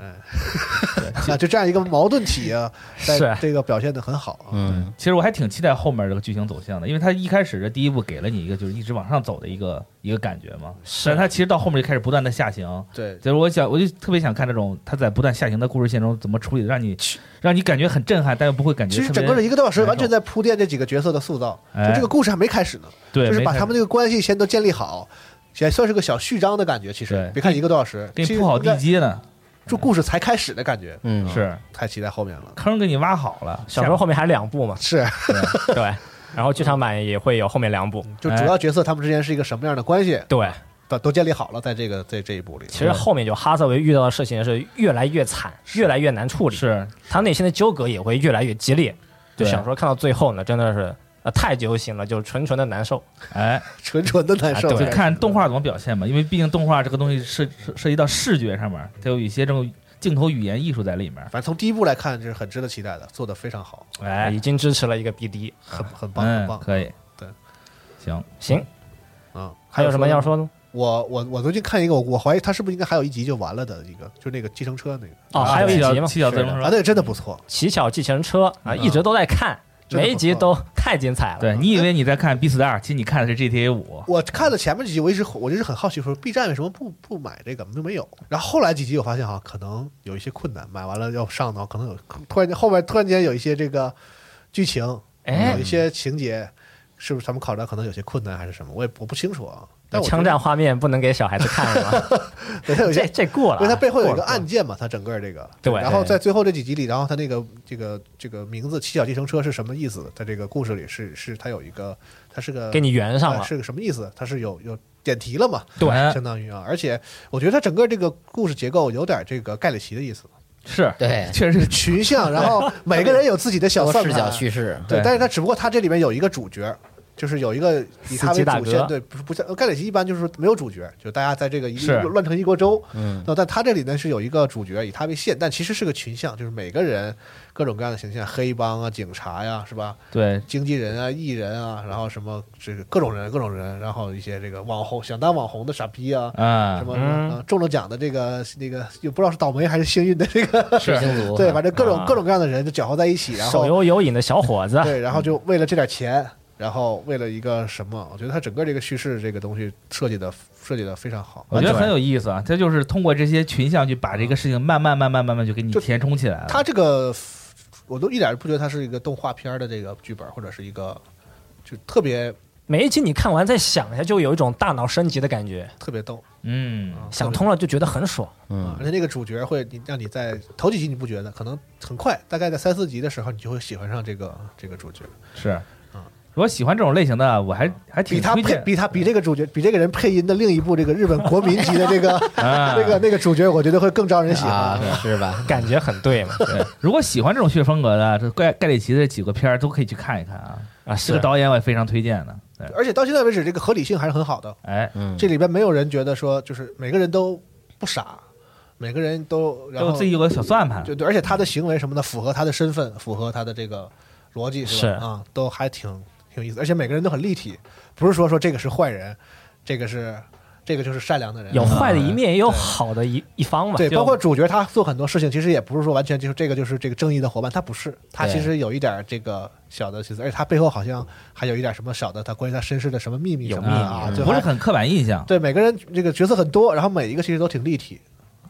(laughs) 那啊就这样一个矛盾体啊，在是这个表现的很好啊。嗯，其实我还挺期待后面这个剧情走向的，因为他一开始这第一部给了你一个就是一直往上走的一个一个感觉嘛，是但他其实到后面就开始不断的下行。对，就是我想，我就特别想看这种他在不断下行的故事线中怎么处理，让你让你感觉很震撼，但又不会感觉其特别。实整个的一个多小时难受完全在铺垫这几个角色的塑造，哎就这个故事还没开始呢，对，就是没把太他们这个关系先都建立好，也算是个小序章的感觉。其对实别看一个多小时，给你铺好地其实基呢，在就故事才开始的感觉，嗯，是太期待后面了。，坑给你挖好了。小说后面还有两部嘛是，哎对，然后剧场版也会有后面两部，就主要角色他们之间是一个什么样的关系，对。都都建立好了，在这个在这一步里。其实后面就哈瑟维遇到的事情是越来越惨，越来越难处理，是他内心的纠葛也会越来越激烈。就对小说看到最后呢，真的是呃太揪心了，就是纯纯的难受。哎，纯纯的难受啊，对就看动画怎么表现嘛，因为毕竟动画这个东西涉涉涉及到视觉上面，它有一些这种镜头语言艺术在里面。反正从第一部来看，就是很值得期待的，做的非常好，哎，已经支持了一个 BD，很很棒，嗯，很棒。可以，对，行，行，嗯，还有什么要？说呢？我我我最近看一个，我我怀疑他是不是应该还有一集就完了的一个，就那个计程车那个哦，还有一集嘛，啊七小自行《啊，车。那个真的不错，乞巧计程车》啊，一直都在看，真的不错每一集都太精彩了。对你以为你在看《B Star》，其实你看的是 GTA 五。我看了前面几集，我一直我就是很好奇，说 B 站为什么不不买这个，就没有。然后后来几集我发现哈、可能有一些困难，买完了要上的话，可能有突然间后面突然间有一些这个剧情，哎有一，些情节，是不是他们考察可能有些困难还是什么？我也我不清楚啊。但我觉得枪战，画面不能给小孩子看了吗？对它有一些这，这过了啊，因为它背后有一过个了案件嘛，它整个这个对然后对在最后这几集里，然后它那个这个这个名字“七小计程车”是什么意思？在这个故事里是是它有一个，它是个给你圆上呃了。是个什么意思？它是有有点题了嘛？对相当于啊，而且我觉得它整个这个故事结构有点这个盖里奇的意思，是，对，确实是群像，然后每个人有自己的小多 (laughs) 算视角盘，叙事，对对，但是它只不过它这里面有一个主角。就是有一个以他司为机大主线，哥对，不是不像盖里奇一般就是没有主角，就大家在这个一是乱成一锅粥。嗯，那但他这里呢是有一个主角，以他为线，但其实是个群像，就是每个人各种各样的形象，黑帮啊、警察呀、是吧？对经纪人啊、艺人啊，然后什么这个各种人、各种人，然后一些这个网红想当网红的傻逼啊，啊什，么、嗯呃中了奖的这个那个，也不知道是倒霉还是幸运的这个，水星族，对，反正各种、啊各种各样的人就搅和在一起，然手后游有瘾的小伙 (laughs) 子，对，然后就为了这点钱，然后为了一个什么，我觉得他整个这个叙事这个东西设计的设计的非常好。我觉得很有意思啊。它就是通过这些群像去把这个事情慢慢慢慢慢慢就给你啊就填充起来了。他这个我都一点不觉得它是一个动画片的这个剧本，或者是一个就特别每一集你看完再想一下，就有一种大脑升级的感觉，特别逗，嗯，啊想通了就觉得很爽。嗯而且那个主角会你让你在头几集你不觉得，可能很快，大概在三四集的时候，你就会喜欢上这个这个主角。是。如果喜欢这种类型的，我还还挺啊比他推配荐比他比这个主角比这个人配音的另一部这个日本国民级的 (laughs) 这个 (laughs) 啊那个那个主角，我觉得会更招人喜啊欢。，是吧？感觉很 (laughs) 对嘛？对，如果喜欢这种血风格的，这盖盖里奇的这几个片儿都可以去看一看啊。啊，这个导演我也非常推荐的。对，而且到现在为止，这个合理性还是很好的。哎，嗯，这里边没有人觉得说，就是每个人都不傻，每个人都然都后自己有个小算盘。就对，而且他的行为什么的符合他的身份，符合他的这个逻辑是吧？是啊，都还挺挺有意思，而且每个人都很立体，不是说说这个是坏人，这个是这个就是善良的人，有啊坏的一面，也有好的一一方嘛。对，就包括主角他做很多事情，其实也不是说完全就是这个就是这个正义的伙伴，他不是，他对其实有一点这个小的心思，而且他背后好像还有一点什么小的他关于他身世的什么秘密有什么秘的密啊，就不是还很刻板印象对每个人这个角色很多，然后每一个其实都挺立体，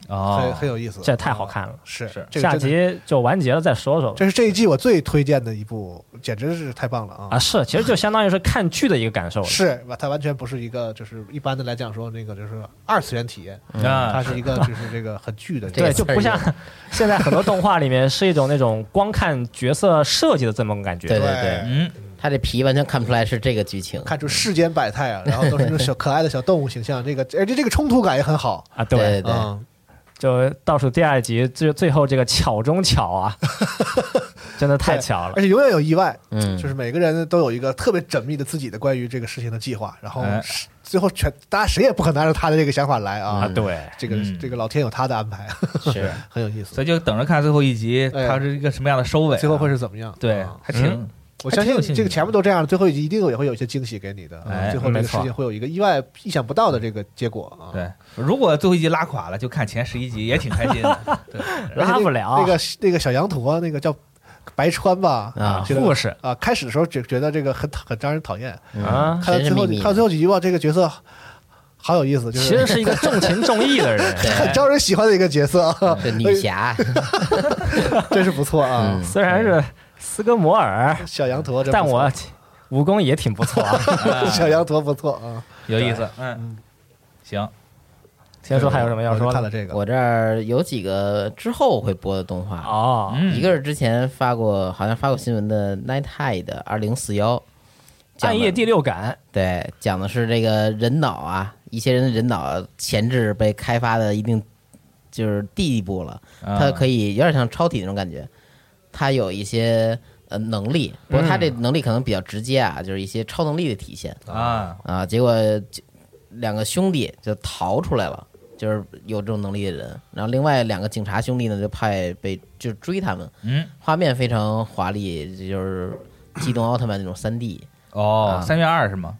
很哦很，有意思，啊这太好看了。是是这个下真的集就完结了再说说吧。这是这一季我最推荐的一部，简直是太棒了啊！啊，是，其实就相当于是看剧的一个感受了。是，它完全不是一个就是一般的来讲说那个就是二次元体验，它啊，是一个就是这个很剧的，这对，个就词儿不像 (laughs) 现在很多动画里面是一种那种光看角色设计的这么个感觉。对对对对，嗯，他这皮完全看不出来是这个剧情，看出世间百态啊，然后都是那种小可爱的小动物形象，这个而且这个冲突感也很好，啊，对，对对对，嗯，就倒数第二集，最最后这个巧中巧 (laughs) 啊，真的太对巧了而。且永远有意外，嗯，就是每个人都有一个特别缜密的自己的关于这个事情的计划，然后哎是最后全大家谁也不可能按照他的这个想法来啊，啊，对， (laughs) 这个嗯这个老天有他的安排， (laughs) 是很有意思所，以就等着看最后一集，哎它是一个什么样的收尾啊。最后会是怎么样？对啊，还挺我相还挺有信兴趣这个的前面都这样，最后一定也会有一些惊喜给你的。哎啊最后这没个错事情会有一个意外、意想不到的这个结果啊。对，如果最后一集拉垮了，就看前十一集，也挺开心的。而且那拉不了啊那啊个那个小羊驼，那个叫白川吧啊觉得护士啊，开始的时候觉觉得这个很很让人讨厌，啊，看到嗯神神最后秘秘看到的最后几集吧，这个角色好有意思，就其实是是一个重情重义的人。很 (laughs) 招人喜欢的一个角色，啊，这女侠，真是不错啊嗯。虽然是斯哥摩尔， (laughs) 小羊驼真不但错，我武功也挺不错啊。 (laughs) 小羊驼不错啊。有意思，嗯，行， (laughs) 先说还有什么要我说就看的了？这个，我这儿有几个之后会播的动画，哦，嗯一个是之前发过，好像发过新闻的《Night High》的二零四幺，讲暗的夜第六感，对，讲的是这个人脑啊，一些人的人脑啊前置被开发的一定就是地步了，啊它可以以有点像超体那种感觉，它有一些呃能力，不过它这能力可能比较直接啊，就是一些超能力的体现啊，啊。结果就两个兄弟就逃出来了，就是有这种能力的人，然后另外两个警察兄弟呢就派被就追他们，嗯，画面非常华丽，这就是机动奥特曼那种三 D。哦啊，三月二是吗？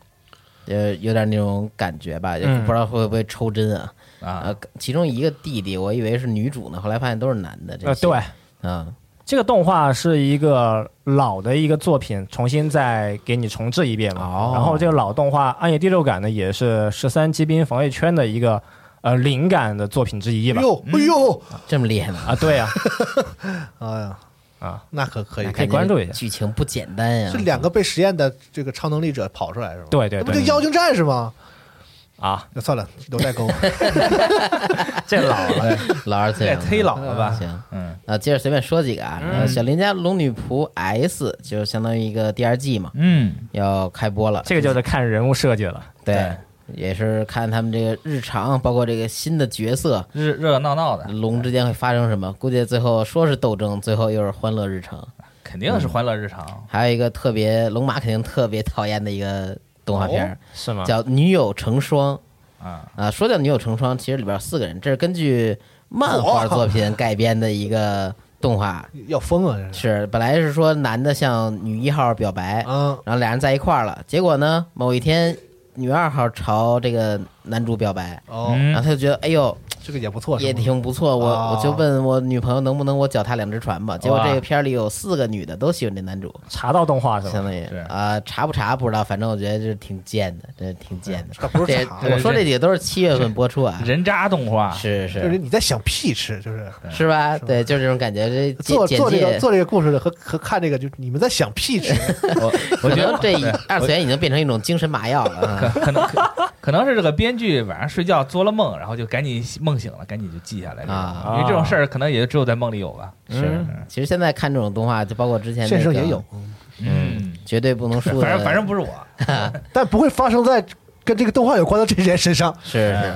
呃，有点那种感觉吧，嗯也不知道会不会抽针啊。啊，呃，其中一个弟弟，我以为是女主呢，后来发现都是男的。这呃，些对，啊，这个动画是一个老的一个作品，重新再给你重置一遍嘛。哦然后这个老动画《暗夜第六感》呢，也是十三机兵防卫圈的一个呃灵感的作品之一吧哎。呦哎呦，这么厉 (laughs) 害吗？啊，对呀、哎呀啊，那可可以那，可以哎感觉关注一下剧情不简单呀 (laughs) 是。两个被实验的这个超能力者跑出来是吗？对对那不对就妖精战士吗？啊，那算了，有代沟。这老了，老二这次哎也元，忒老了吧？行。嗯啊，接着随便说几个啊，嗯呃小林家龙女仆 S 就相当于一个第二季嘛，嗯，要开播了。这个就是看人物设计了。对，也是看他们这个日常，包括这个新的角色热热热闹闹的，龙之间会发生什么，估计最后说是斗争，最后又是欢乐日常。肯定是欢乐日常。还有一个特别龙马肯定特别讨厌的一个动画片儿，是吗？叫《女友成双》啊啊。说叫《女友成双》，其实里边有四个人，这是根据漫画作品改编的一个动画。 (laughs) 要疯啊！ (laughs) 这是，是，本来是说男的向女一号表白，嗯，然后俩人在一块儿了。结果呢，某一天女二号朝这个男主表白，哦，然后嗯，他就觉得，哎呦，这个也不错，是也吗挺不错。我哦我就问我女朋友能不能我脚踏两只船吧。结果哇这个片儿里有四个女的都喜欢这男主，查到动哎画是相吧？当于对啊，查不查不知道，反正我觉得就是挺贱的，真是挺贱的。那不是这茶，我说这几个都是七月份播出啊，人渣动画，是就是是你在想屁吃，就是是吧？对，就是这种感觉。这简做简做这个介，做这个故事的和和看这个，就你们在想 (laughs) 屁吃，我我可觉能得这一对二次元已经变成一种精神麻药了啊。可能可可能是这个编剧晚上睡觉做了梦，然后就赶紧梦醒了，赶紧就记下来了啊因为这种事儿可能也就只有在梦里有吧。是，其实现在看这种动画，就包括之前现实那中个也有，，嗯，绝对不能输反的，正反正不是我，但不会发生在跟这个动画有关的这些人身上，是是。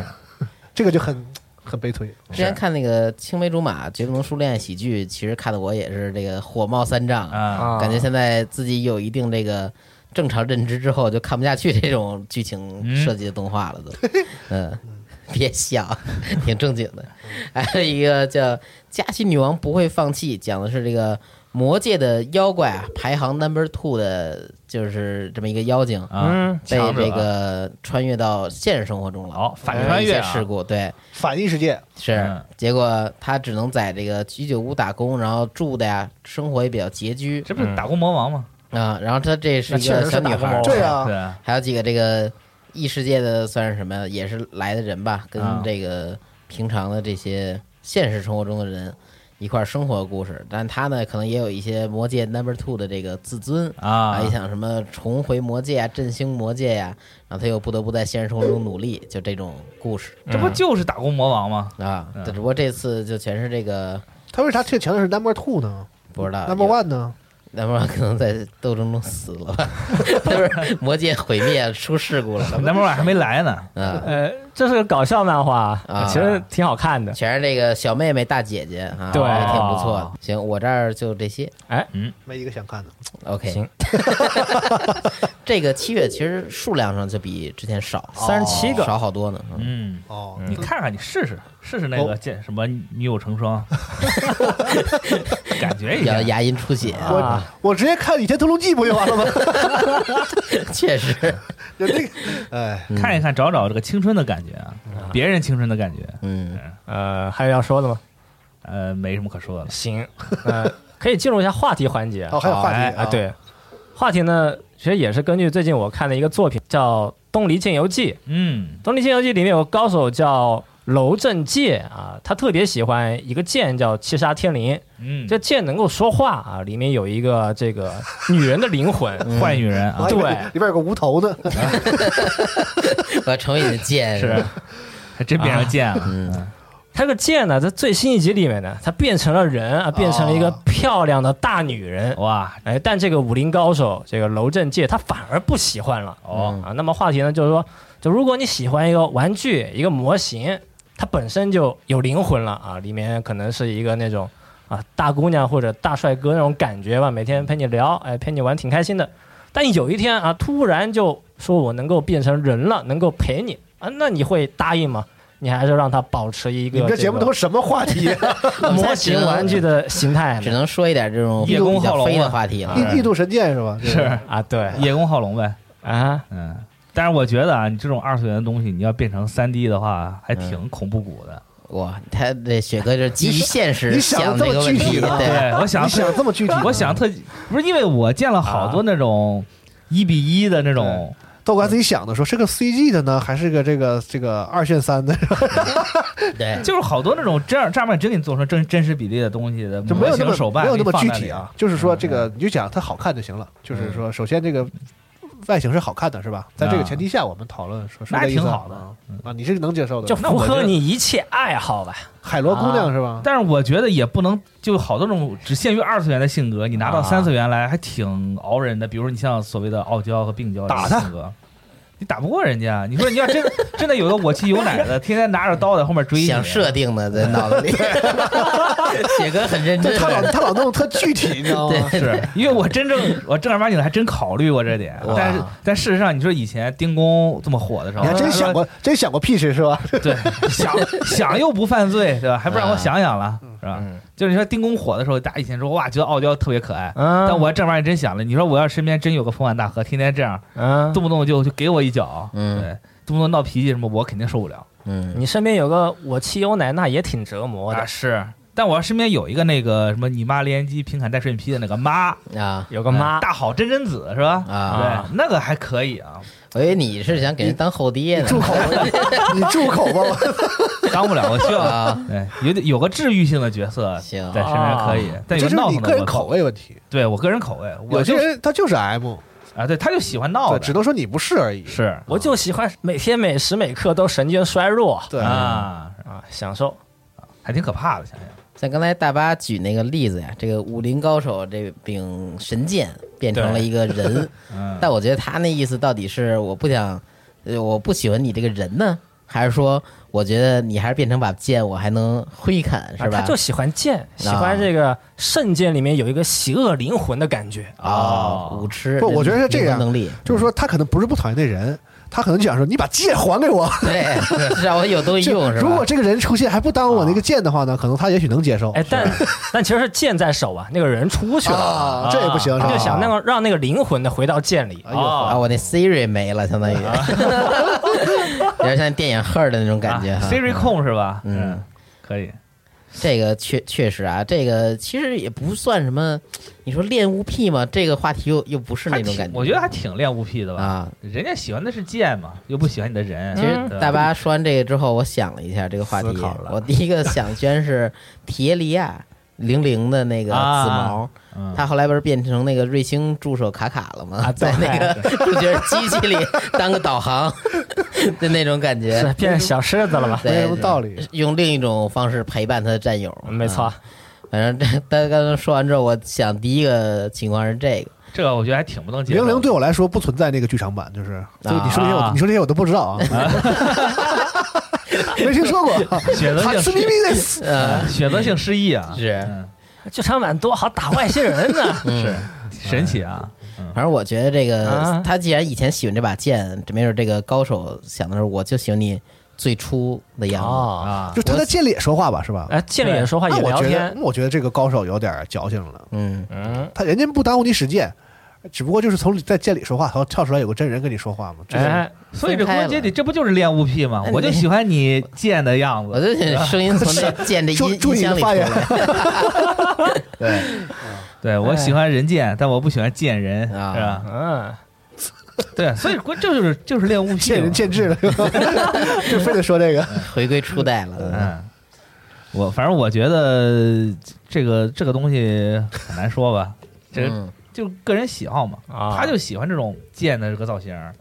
这个就很很悲催。之前看那个《青梅竹马绝不能输恋爱喜剧》，其实看的我也是这个火冒三丈啊，啊，啊，感觉现在自己有一定这个正常认知之后，就看不下去这种剧情设计的动画了，都。嗯，别笑，挺正经的。 (laughs) 还有一个叫《佳琪女王不会放弃》，讲的是这个魔界的妖怪啊，排行 number two 的，就是这么一个妖精。啊，嗯，被强者这个穿越到现实生活中了，好反有穿一越些啊事故，对，反异世界，是嗯，结果他只能在这个居酒屋打工，然后住的呀，生活也比较拮据这不是打工魔王吗？啊。然后他这是那一确实个是小女打工孩哦儿，对啊对，啊，还有几个这个异世界的算是什么呀？也是来的人吧，跟啊这个平常的这些现实生活中的人一块儿生活的故事。但他呢，可能也有一些魔界 Number Two 的这个自尊啊还想什么重回魔界啊，振兴魔界呀、然后他又不得不在现实生活中努力，就这种故事。这不就是打工魔王吗？啊嗯，只不过这次就全是这个他为啥这强的是 number two 呢不啊知道？number one 呢？ number one 可能在斗争中死了吧？不是魔界毁灭了出事故了嗯咱们 number one 还没来呢，啊，呃，这是个搞笑漫画，啊其实挺好看的。全是这个小妹妹、大姐姐啊，对还挺不错的。行，我这儿就这些。哎，没一个想看的。 OK，行， (laughs) 这个七月其实数量上就比之前少， 37个少好多呢。嗯嗯，哦，你看看，你试试试试那哦个见什么女友成 (laughs) 双，感觉一要下。牙龈出血，我、啊我直接看《倚天屠龙记》不就完 (laughs) 了吗？ (laughs) 确实，就这个，哎，看一看，找找这个青春的感觉啊，别人青春的感觉，嗯，呃，还有要说的吗？呃，没什么可说的了。行， (laughs) 呃，可以进入一下话题环节。哦，还有话哎题啊，，对，话题呢，其实也是根据最近我看的一个作品，叫《东离剑游记》。嗯《东离剑游记》里面有个高手叫楼正介啊，他特别喜欢一个剑叫七杀天灵，嗯，这剑能够说话啊，里面有一个这个女人的灵魂。坏女人啊我还，以为对里边有个无头呢，我成语的剑是还真变成贱了。嗯他这个剑呢，在最新一集里面呢，她变成了人啊，变成了一个哦漂亮的大女人。哇，哎，但这个武林高手这个楼正介他反而不喜欢了哦啊。那么话题呢，就是说，就如果你喜欢一个玩具、一个模型，它本身就有灵魂了啊，里面可能是一个那种啊大姑娘或者大帅哥那种感觉吧，每天陪你聊，哎，陪你玩挺开心的。但有一天啊，突然就说我能够变成人了，能够陪你啊，那你会答应吗？你还是让他保持一个你们这节目个都什么话题？ (laughs) 模型啊玩具的形态呢只能说一点这种比叶公好较龙飞啊的话 (laughs) 题了。异异度神剑是吧？这个是啊，对叶公好龙呗，啊，嗯。但是我觉得啊，你这种二次元的东西，你要变成三 D 的话，还挺恐怖谷的。哇，他这雪哥就是基于现实你想想得这个这么问具题，体呢对，我想你想这么具体？嗯我想特不是因为我见了好多那种一比一的那种，豆哥自己想的说是个 CG 的呢，还是个这个这个二选三的？对，就是好多那种这样这面真给你做成真真实比例的东西的就没模有那型么手办，没有那么给具你放在那体里嗯啊。。就是说这个你就讲它好看就行了。就是说，首先这个外形是好看的，是吧？在这个前提下，我们讨论说说啊那这意思挺好的嗯啊啊，你是能接受的。就那符我觉合得你一切爱好吧。海螺姑娘是吧？但是我觉得也不能就好多种只限于二次元的性格，你拿到啊三次元来还挺熬人的。比如你像所谓的傲娇和病娇打这他种性格，你打不过人家。你说你要真 (laughs) 真的有个我妻有奶的，天天拿着刀在后面追你，想设定的在脑 (laughs) 子里。雪哥很认这真，他老他老弄特具体，你知道吗？是 (laughs) 因为我真正我正儿八经的还真考虑过这点，哇但是但事实上，你说以前丁工这么火的时候，你还真他说想过，真想过屁事是吧？对，想想又不犯罪，对吧？还不让我想想了，是吧？嗯就是你说丁公火的时候，大家以前说哇，觉得傲娇特别可爱，嗯，但我正儿八经真想了，你说我要身边真有个风碗大哥，天天这样，嗯，动不动就就给我一脚，嗯对，动不动闹脾气什么，我肯定受不了嗯，你身边有个我妻有奶，那也挺折磨啊。的。是，但我要身边有一个那个什么你妈连鸡平砍带顺劈的那个妈，啊，有个嗯妈，大好真真子是吧？啊对，那个还可以啊，我以为你是想给人当后爹你呢。住口吧！你你住口吧！我当不了，我需要 (laughs) 啊，对有点有个治愈性的角色。啊行啊在身边可以，但有个这就是闹腾你的个人我口味问题。对我个人口味，我有就些人他就是 M，啊，对，他就喜欢闹对，的，只能说你不是而已。是我就喜欢每天每时每刻都神经衰弱对，啊，啊，享受。还挺可怕的，想想像刚才大巴举那个例子呀，这个武林高手这柄神剑变成了一个人，嗯，但我觉得他那意思到底是我不想，呃，我不喜欢你这个人呢，还是说我觉得你还是变成把剑，我还能挥砍是啊吧？他就喜欢剑，喜啊欢这个圣剑里面有一个邪恶灵魂的感觉。哦，武痴，不我觉得是这样灵魂能力就是说他可能不是不讨厌那人，他可能就想说你把剑还给我。对， (laughs) 让我有东西就用是吧？啊如果这个人出现还不当我那个剑的话呢，可能他也许能接受。哎，但但其实是剑在手啊，那个人出去了，啊，这也不行，他是吧就想那个让那个灵魂的回到剑里哦哦哎呦啊，我那 Siri 没了，相当于啊 (laughs) 有点像电影《Her》的那种感觉啊哈。 Siri 控是吧？嗯，可以，这个确确实啊，这个其实也不算什么，你说恋物癖嘛，这个话题又又不是那还种挺感觉。我觉得还挺恋物癖的吧。啊，人家喜欢的是剑嘛，又不喜欢你的人。其实对吧大巴说完这个之后，我想了一下这个话题思考，了我第一个想居然是提耶利亚零零的那个紫毛，嗯他后来不是变成那个瑞星助手卡卡了吗？啊对在那个主角机器里当个导航 (laughs) 的那种感觉，是变小狮子了吧？没对什么道理。用另一种方式陪伴他的战友。嗯没错啊，，反正这大家刚才说完之后，我想第一个情况是这个，这个我觉得还挺不能接受零的。零对我来说不存在那个剧场版，就是啊你说这些我啊你说这些我都不知道啊。 (laughs) 没听 (laughs) 说过，选择他性吃咪失咪得死。呃， (laughs) 选择性失忆啊，是嗯这长板多好打外星人呢、 (laughs) 是神奇啊，嗯反正我觉得这个啊他既然以前喜欢这把剑，这没准这个高手想的是，我就喜欢你最初的样子。哦，啊，就他在见里也说话吧，是吧？哎，见了也说话啊那也我聊觉得，天那，我觉得这个高手有点矫情了。嗯，嗯，他人家不耽误你使剑，只不过就是从在剑里说话，然后跳出来有个真人跟你说话嘛。这个哎，啊所以这分归开根结了底，这不就是恋物癖吗哎？我就你喜欢你贱的样我子，就想声音从 (laughs) 这剑这注音注音意箱里出发言来对，对我喜欢人贱，但我不喜欢贱人，是啊吧？嗯，对，所以关这就是就是恋 (laughs) 物癖 (laughs) 见嘛仁，见智了，就非得说 (laughs) 这个。回归初代了。嗯。我反正我觉得这个这个东西很难说吧，这个嗯，就个人喜好嘛，啊他就喜欢这种贱的这个造型儿，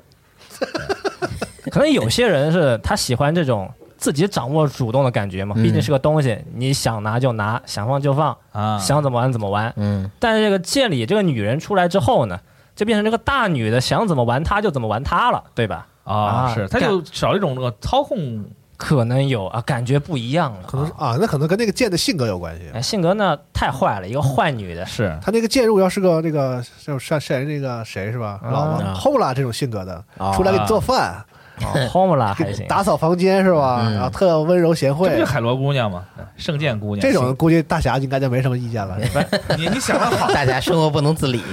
可能有些人是他喜欢这种自己掌握主动的感觉嘛，嗯毕竟是个东西，你想拿就拿，想放就放，啊，想怎么玩怎么玩。嗯，但是这个见里这个女人出来之后呢，就变成这个大女的，想怎么玩她就怎么玩她了，对吧？啊，啊是，他干就少一种这个操控，可能有啊，感觉不一样了。可能是啊，那可能跟那个剑的性格有关系。啊哎，性格呢太坏了，一个坏 (laughs) 女的，是他那个剑如果要是个那个就是像谁那个谁是吧，啊老王后啦这种性格的，哦出来给你做饭， h o m e 啦给还你行，打扫房间是吧？嗯然后特温柔贤这不惠就，海螺姑娘吗？圣剑姑娘这种估计大侠应该就没什么意见了。是吧不是 (laughs) 你你想的好，大家生活不能自 (laughs) 理。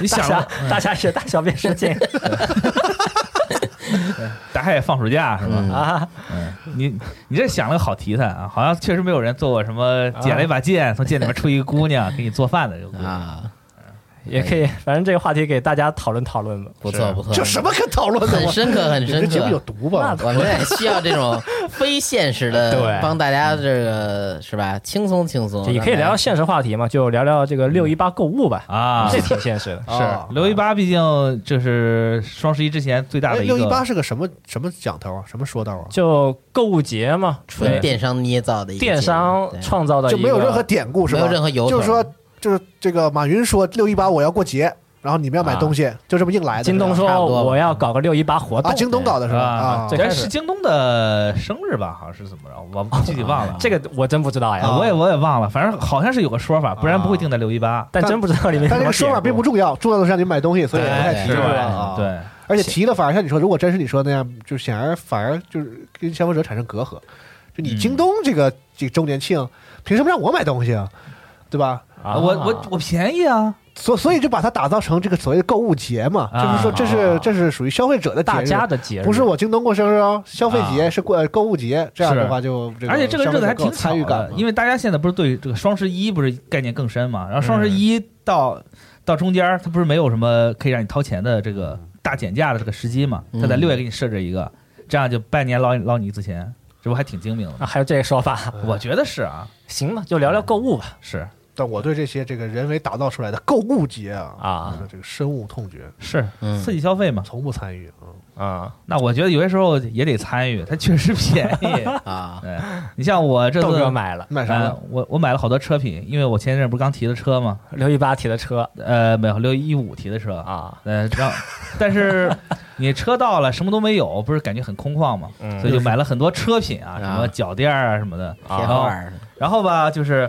你大 (laughs) 想侠的，大侠学大小便失禁大家也放暑假是吧？啊， (laughs) 你你这想了个好题材啊，好像确实没有人做过什么捡了一把剑，从剑里面出一个姑娘给你做饭的这个姑娘。啊，也可以，反正这个话题给大家讨论讨论吧。不错不错，这什么可讨论的？很我深刻，很你 (laughs) 这深节目有刻。毒吧？我们也需要这种非现实的，对帮大家这个是吧？轻松轻松，也可以聊聊现实话题嘛，就聊聊这个六一八购物吧，啊，这挺现实的。哦是六一八，毕竟这是双十一之前最大哎的一六一八个是个什么什么讲头啊？什么说道啊？就购物节嘛，纯对电商捏造的一个电商节目对创造的就一没有个任何典故是吧？没有任何由头，就是说，就是这个马云说六一八我要过节，然后你们要买东西，就这么硬来的。京东差说不多吧我要搞个六一八活啊，动，京东搞的是吧？啊啊，对这是京东的生日吧？好像是怎么着？我具体忘了。这个我真不知道啊，呀，我也我也忘了，反正好像是有个说法，不然不会定在六一八。但真不知道里面但这个有什么说法并不典重要，重要的是让你买东西，所以也不太哎提是吧？对啊，。对，而且提了，反而像你说，如果真是你说那样，就显而反而就是跟消费者产生隔阂。就你嗯京东这个这个周年庆，凭什么让我买东西啊？对吧？故啊我我我便宜啊，所所以就把它打造成这个所谓的购物节嘛，就是说这是啊这是属于消费者的节日大家的节日不是我京东过生日哦，消费节啊是过呃购物节，这样的话就这而且这个消费日子者还更有挺参与巧感的嘛，，因为大家现在不是对这个双十一不是概念更深嘛？然后嗯双十一到、到中间儿，它不是没有什么可以让你掏钱的这个大减价的这个时机嘛？它在嗯六月给你设置一个，这样就半年捞捞你一次钱，这不还挺精明的啊吗？还有这个说法，我觉得是啊，行吧，就聊聊购物吧是但我对这些这个人为打造出来的购物节啊，啊这个深恶痛绝，是嗯刺激消费嘛？从不参与啊。啊那我觉得有些时候也得参与，它确实便 (laughs) 宜。啊，对你像我这豆哥次。买了买啥呃呢？，我我买了好多车品，因为我前一阵不是刚提的车嘛，六一八提的车呃，没有六一五提的车啊啊，呃，然后但是你车到了什么都没有，不是感觉很空旷嘛？嗯所以就买了很多车品啊，啊什么脚垫儿啊什么的。贴哦然后画，儿，然后吧，就是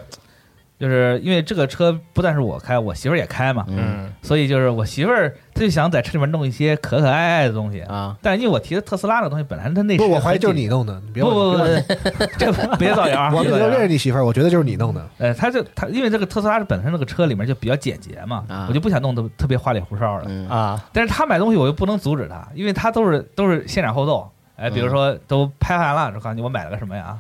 就是因为这个车不但是我开，我媳妇儿也开嘛，嗯嗯所以就是我媳妇儿她就想在车里面弄一些可可爱爱的东西。啊，但是因为我提的特斯拉那东西，本来它那不，是我怀疑很就是紧你弄的，你别不不不，别不 (laughs) 这不别造谣啊，我别们造都谣认识你媳妇儿，我觉得就是你 (laughs) 弄的。呃，他就他，因为这个特斯拉是本身那个车里面就比较简洁嘛，啊我就不想弄得特别花里胡哨的。嗯啊但是他买东西我又不能阻止他，因为他都是都是先斩后奏。哎，嗯比如说都拍完了，就告诉你我买了个什么呀，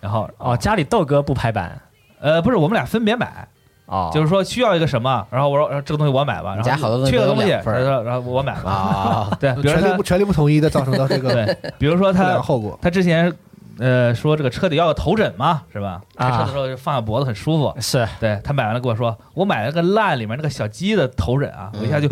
然后啊哦，家里豆哥不排版呃，不是我们俩分别买，嗯哦，就是说需要一个什么，然后我说呃这个东西我买吧，你然家好后多缺个东东西都有两西，份儿然后然后我买吧。啊， (laughs) 对，比如权利说不权利不统一的造成的这他 (laughs) (laughs) 个对，比如说不良他后果。他之前呃说这个车得要个头枕嘛，是吧？开车啊的时候就放下脖子很舒 (laughs) 服。是对他买完了跟我说，我买了个烂里面那个小鸡的头枕啊，我一下就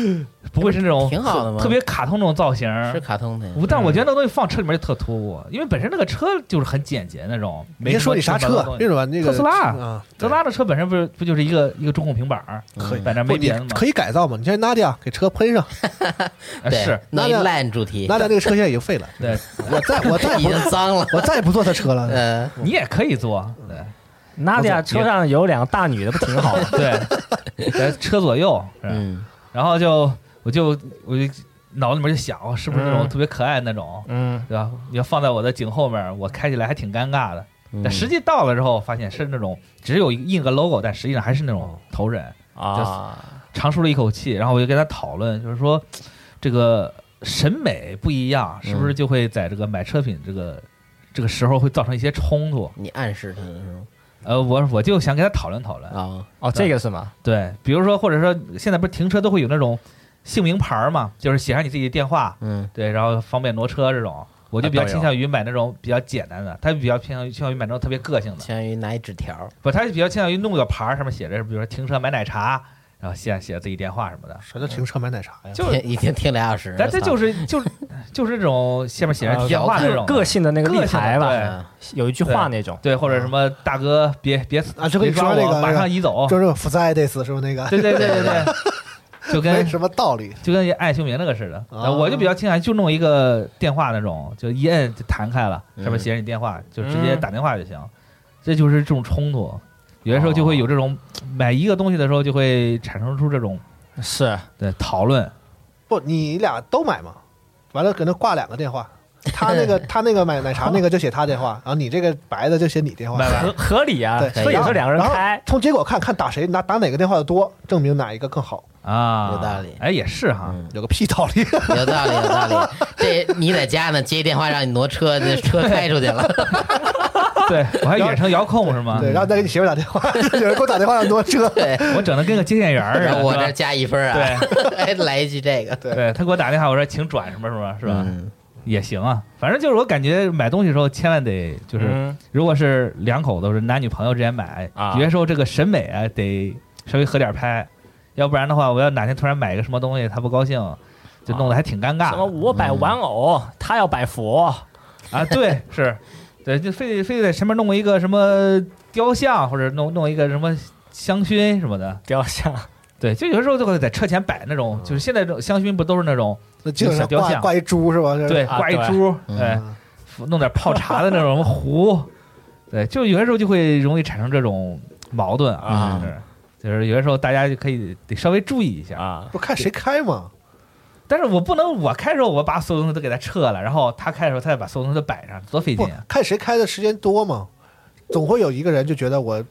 (gasps) 不会是那种嗯挺好的吗特别卡通那种造型儿。是卡通的呀。我但嗯我觉得那东西放车里面就特突兀，因为本身那个车就是很简洁那种。没别说你啥刹车，别说吧那个特斯拉啊，泽拉的车本身不是不就是一个一个中控平板儿，可以摆那不没你别的吗？可以改造嘛？你像 Nadia 给车喷上哎对是，弄一那个烂主题， ，Nadia 那个车现在已经废 (laughs) 了， (laughs) 对，我再我再已不经脏了。我再也不坐他车了。呃，你也可以坐，嗯对娜迪亚车上有两个大女的，不挺 (laughs) 好吗？ (laughs) 对，在车左右，是吧嗯然后就我就我就脑子里面就想，哦是不是那种嗯特别可爱那种，嗯，对吧？你要放在我的颈后面，我开起来还挺尴尬的。嗯但实际到了之后，发现是那种只有印个 logo，但实际上还是那种头人。啊，长舒了一口气，然后我就跟他讨论，就是说这个审美不一样，是嗯不是就会在这个买车品这个这个时候会造成一些冲突？你暗示他的是吗？呃，我我就想跟他讨论讨论，啊，哦，这个是吗？对，比如说或者说现在不是停车都会有那种姓名牌儿嘛，就是写上你自己的电话，嗯，啊对，然后方便挪车这种。我就比较倾向于买那种比较简单的，他比较偏向于倾向于买那种特别个性的，相当于拿一纸条儿，不，他比较倾向于弄个牌儿，上面写着，比如说停车买奶茶，然后写写自己电话什么的，什么叫停车买奶茶呀？就是听已经听俩小时了。咱这就操是就是就是这种下面写着啊呃电话那个种个性的那个立个性的牌吧，对啊有一句话那种。对，或者什么大哥别别啊这个别你说抓那我个马那上个移走，就是 f r i d a y s 是不是那个？ (laughs) 对对对对 (laughs) 对，就没跟什么道理。就跟艾秀明那个似的，啊我就比较倾向于就弄一个电话那种，就一摁就弹开了，嗯上面写着你电话，就直接打电话就行，这就是这种冲突。有的时候就会有这种买一个东西的时候就会产生出这种是，对讨论，不，你俩都买嘛？完了，搁那挂两个电话。 (laughs) 他那个他那个买奶茶那个就写他电话，然后你这个白的就写你电话。买完合合理啊，对，所以也是两个人然后开。从结果看看打谁拿打哪个电话的多，证明哪一个更好。啊，有道理哎，也是哈，嗯有个屁道理！有道理，有道 (laughs) 理。这你在家呢，接一电话让你挪车，这车开出去了。对我还远程遥控是吗？对，然后再给你媳妇打电话，有人给我打电话让多车。对，我整的跟个接线员儿似然的，后我这儿是吧加一分啊， (laughs) 哎，来一句这个，对 (laughs) 对他给我打电话，我说请转什么什么，是吧？嗯也行啊，反正就是我感觉买东西的时候千万得就是，嗯如果是两口子或者男女朋友之间买，啊有些时候这个审美啊得稍微合点拍，要不然的话，我要哪天突然买一个什么东西，他不高兴，就弄得还挺尴尬啊什么我摆玩偶，他要摆佛，啊。 (laughs) 对，是，对，就非得非得在前面弄一个什么雕像，或者弄弄一个什么香薰什么的，雕像，对，就有的时候就会在车前摆那种，就是现在这种香薰不都是那种那基本上小雕挂像挂一猪是吧？这是对，啊挂一对猪，嗯对，弄点泡茶的那种壶，对，就有些时候就会容易产生这种矛盾啊啊，就是就是有些时候大家就可以得稍微注意一下。啊，不看谁开嘛？但是我不能我开的时候我把所有东西都给他撤了，然后他开的时候他再把所有东西都摆上，多费不劲啊！看谁开的时间多嘛？总会有一个人就觉得我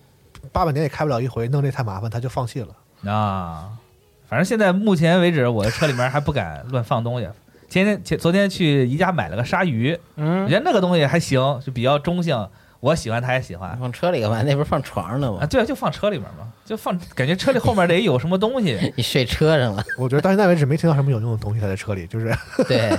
八百年也开不了一回，弄这太麻烦，他就放弃了。啊，反正现在目前为止，我的车里面还不敢乱放东西。前天前昨天去宜家买了个鲨鱼，我嗯觉得那个东西还行，就比较中性，我喜欢他也喜欢。啊放车里干嘛？那不是放床上呢啊，吗？。对啊，就放车里面嘛，就放，感觉车里后面得有什么东西 (laughs) 你睡车上 (laughs) 了，我觉得到现在为止没听到什么有用的东西他在车里，就是 (laughs) 对，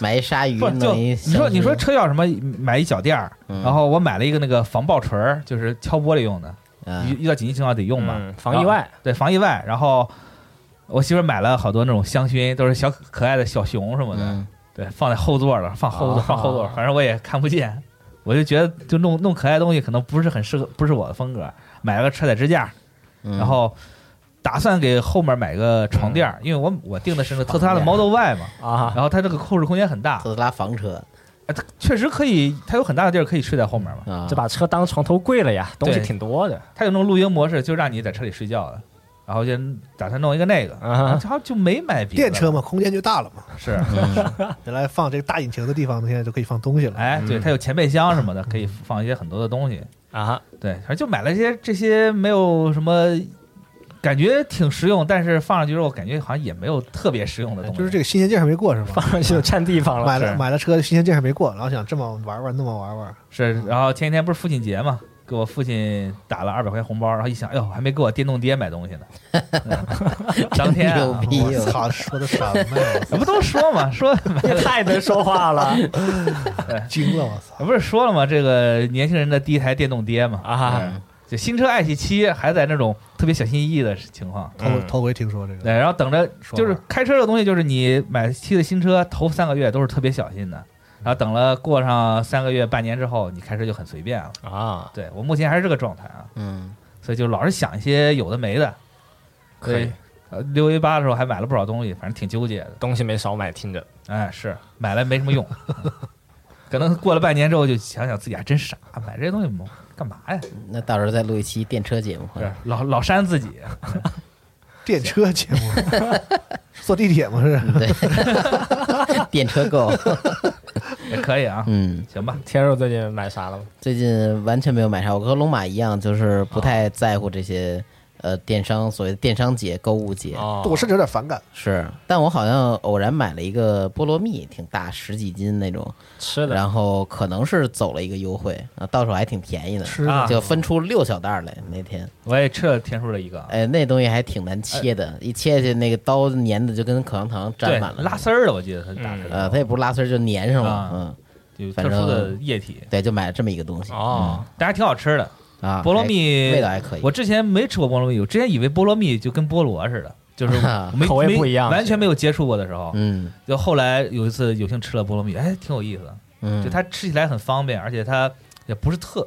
买一鲨鱼，不就弄一你香说你说薰车要什么？买一脚垫儿，嗯然后我买了一个那个防爆锤儿，就是敲玻璃用的，啊遇遇到紧急情况得用嘛嗯，防意外。对，防意外。然后我媳妇儿买了好多那种香薰，都是小可可爱的小熊什么的，嗯，对，放在后座了，放后座，啊放后座，反正我也看不见。我就觉得就弄弄可爱的东西可能不是很适合，不是我的风格。买了个车载支架，嗯然后打算给后面买个床垫儿，因为我我订的是那个特斯拉的床 Model Y 嘛，啊然后它这个后置空间很大，特斯拉房车呃它确实可以，它有很大的地儿可以睡在后面嘛。啊，就把车当床头柜了呀，东西对挺多的。它有那种露营模式，就让你在车里睡觉的，然后就打算弄一个那个，啊然后就没买别的电车嘛，空间就大了嘛。是，原来放这个大引擎的地方，现在就可以放东西了。哎，对，它有前备箱什么的，可以放一些很多的东西。啊，对，反正就买了一些这些没有什么。感觉挺实用，但是放上去之后，感觉好像也没有特别实用的东哎西。就是这个新鲜劲儿还没过是吧？放上去就占地方买了。了买了车，新鲜劲儿还没过，然后想这么玩玩，那么玩啊玩，是，然后前几天不是父亲节嘛，给我父亲打了二百块钱红包，然后一想，哎呦，还没给我电动爹买东西呢。 (laughs) 嗯当天、牛哎啊、逼我哦，操，说的什么呀？不都说嘛， (laughs) 说也太能说话了惊了，我操！不是说了嘛，这个年轻人的第一台电动爹嘛。啊！就新车爱惜七还在那种特别小心翼翼的情况。头回嗯头回听说这个，对，然后等着说就是法开车这东西，就是你买七的新车头三个月都是特别小心的，然后等了过上三个月半年之后，你开车就很随便了。啊，对我目前还是这个状态啊，嗯，所以就老是想一些有的没的。可以，呃，六 A 八的时候还买了不少东西，反正挺纠结的。东西没少买，听着哎，是买了没什么用， (laughs) 可能过了半年之后就想想自己还真傻，买这些东西嘛干嘛呀？那到时候再录一期电车节目。啊是老老扇自己。电车节 (laughs) 目，坐地铁吗？是嗯 (laughs) 对， (laughs) 电车购，也可以啊，嗯，行吧，天佑最近买啥了吗？最近完全没有买啥，我和龙马一样，就是啊不太在乎这些、呃电商所谓的电商节、购物节、哦我甚至有点反感。是。但我好像偶然买了一个菠萝蜜，挺大，十几斤那种，吃的然后可能是走了一个优惠啊，到手还挺便宜的，吃啊的就分出六小袋儿来那天。我也吃了天数的一个啊，哎，那东西还挺难切的，一切去那个刀粘的就跟口香糖对沾满，了，拉丝儿的，我记得它打嗯出呃，来它也不是拉丝儿，就粘上了，啊嗯，有反特殊的正液体，对，就买了这么一个东西哦，但还挺好吃的。啊，啊菠萝还蜜味道还可以，我之前没吃过菠萝蜜，我之前以为菠萝蜜就跟菠萝似的，就是没 (laughs) 口味没不一样完全没有接触过的时候。啊嗯就后来有一次有幸吃了菠萝蜜，哎，挺有意思的。嗯，就它吃起来很方便，而且它也不是特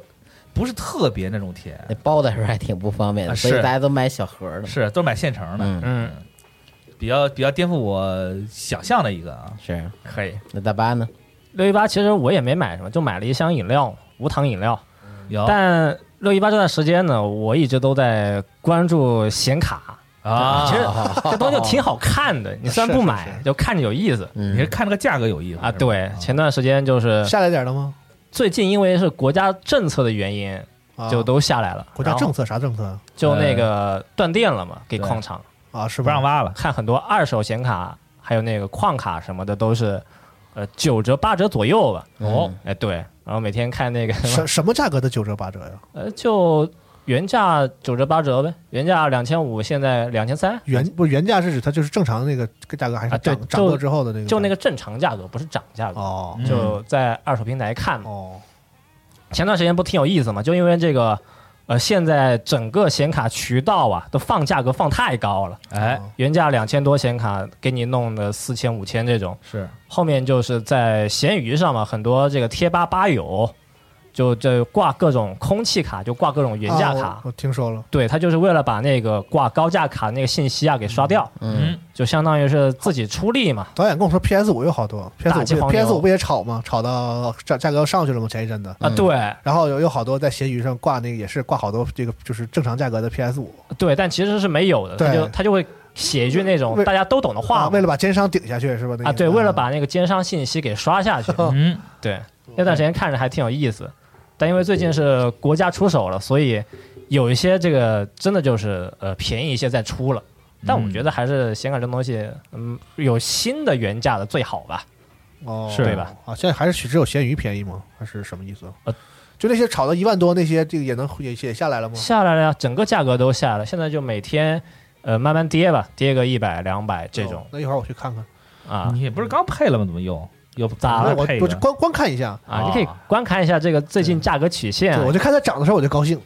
不是特别那种甜，那包的时候还挺不方便的，啊所以是大家都买小盒儿的。是都是买现成的，嗯嗯，比较比较颠覆我想象的一个啊。是，可以。那大巴呢？六一八其实我也没买什么，就买了一箱饮料，无糖饮料。有但六一八这段时间呢，我一直都在关注显卡，啊其，实这东西就挺好看 (laughs) 的，你虽然不是是买，就看着有意思你是嗯，看这个价格有意思啊。是吧对，前段时间就是下来点了吗？最近因为是国家政策的原因，啊就都下来了。国家然后政策哎啥政策就那个断电了嘛，给对矿场啊？是不让挖挖了，看很多二手显卡，还有那个矿卡什么的都是，呃九折八折左右吧。哦，哎对，然后每天看那个什么什什么价格的九折八折呀？呃， (laughs) 就原价九折八折呗，原价两千五，现在两千三，原不是原价是指它就是正常那个价格，还是啊对涨涨过就之后的那个？就那个正常价格，不是涨价格。哦嗯就在二手平台看嘛，哦，前段时间不挺有意思嘛？就因为这个，呃，现在整个显卡渠道啊，都放价格放太高了，哎，哦原价两千多显卡给你弄的四千五千这种，是后面就是在闲鱼上嘛，很多这个贴吧吧友，就这挂各种空气卡，就挂各种原价啊卡，哦我我听说了，对他就是为了把那个挂高价卡那个信息啊给刷掉，嗯，就相当于是自己出力嘛。导演跟我说 PS 五有好多打击，PS 五黄牛 PS 五不也炒吗？炒到价价格上去了吗？前一阵子。啊，嗯对然后有有好多在闲鱼上挂那个，也是挂好多这个就是正常价格的 PS 五，对，但其实是没有的，他对就他就会写一句那种为大家都懂的话啊，嘛为了把奸商顶下去是吧？那个啊，对，为了把那个奸商信息给刷 (laughs) 下去。嗯，对，那段时间看着还挺有意思，但因为最近是国家出手了，所以有一些这个真的就是呃便宜一些再出了。但我觉得还是显卡这东西，嗯，有新的原价的最好吧。哦，是对吧？啊，现在还是只有闲鱼便宜吗？还是什么意思？呃就那些炒到一万多那些，这个也能也也下来了吗？下来了呀，整个价格都下来了，现在就每天呃慢慢跌吧，跌个一百两百这种哦、那一会儿我去看看，啊你不是刚配了吗？怎么又又咋了我配一我个就观观看一下，啊，你可以观看一下这个最近价格曲线对，啊，我就看它涨的时候我就高兴。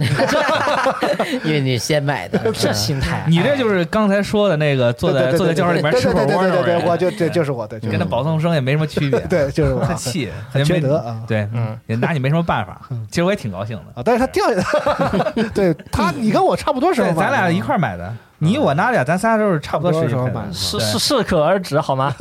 (laughs) 因为你先买的，这心态啊你这就是刚才说的那个坐对对在对坐在教室里面吃火对对对锅对那对种对，对我人，就这就是我，对，就跟是那我，保送生也没什么区别对，就是 (laughs) 我他气，很缺德啊嗯对，嗯也拿你没什么办法。其实我也挺高兴的，啊！但是它掉下 (laughs) 来，对他，你跟我差不多时候对，买咱的，俩一块儿买的，你我拿俩，咱仨都是差不多时差间不多时候配的买的是对是适可而止好吗？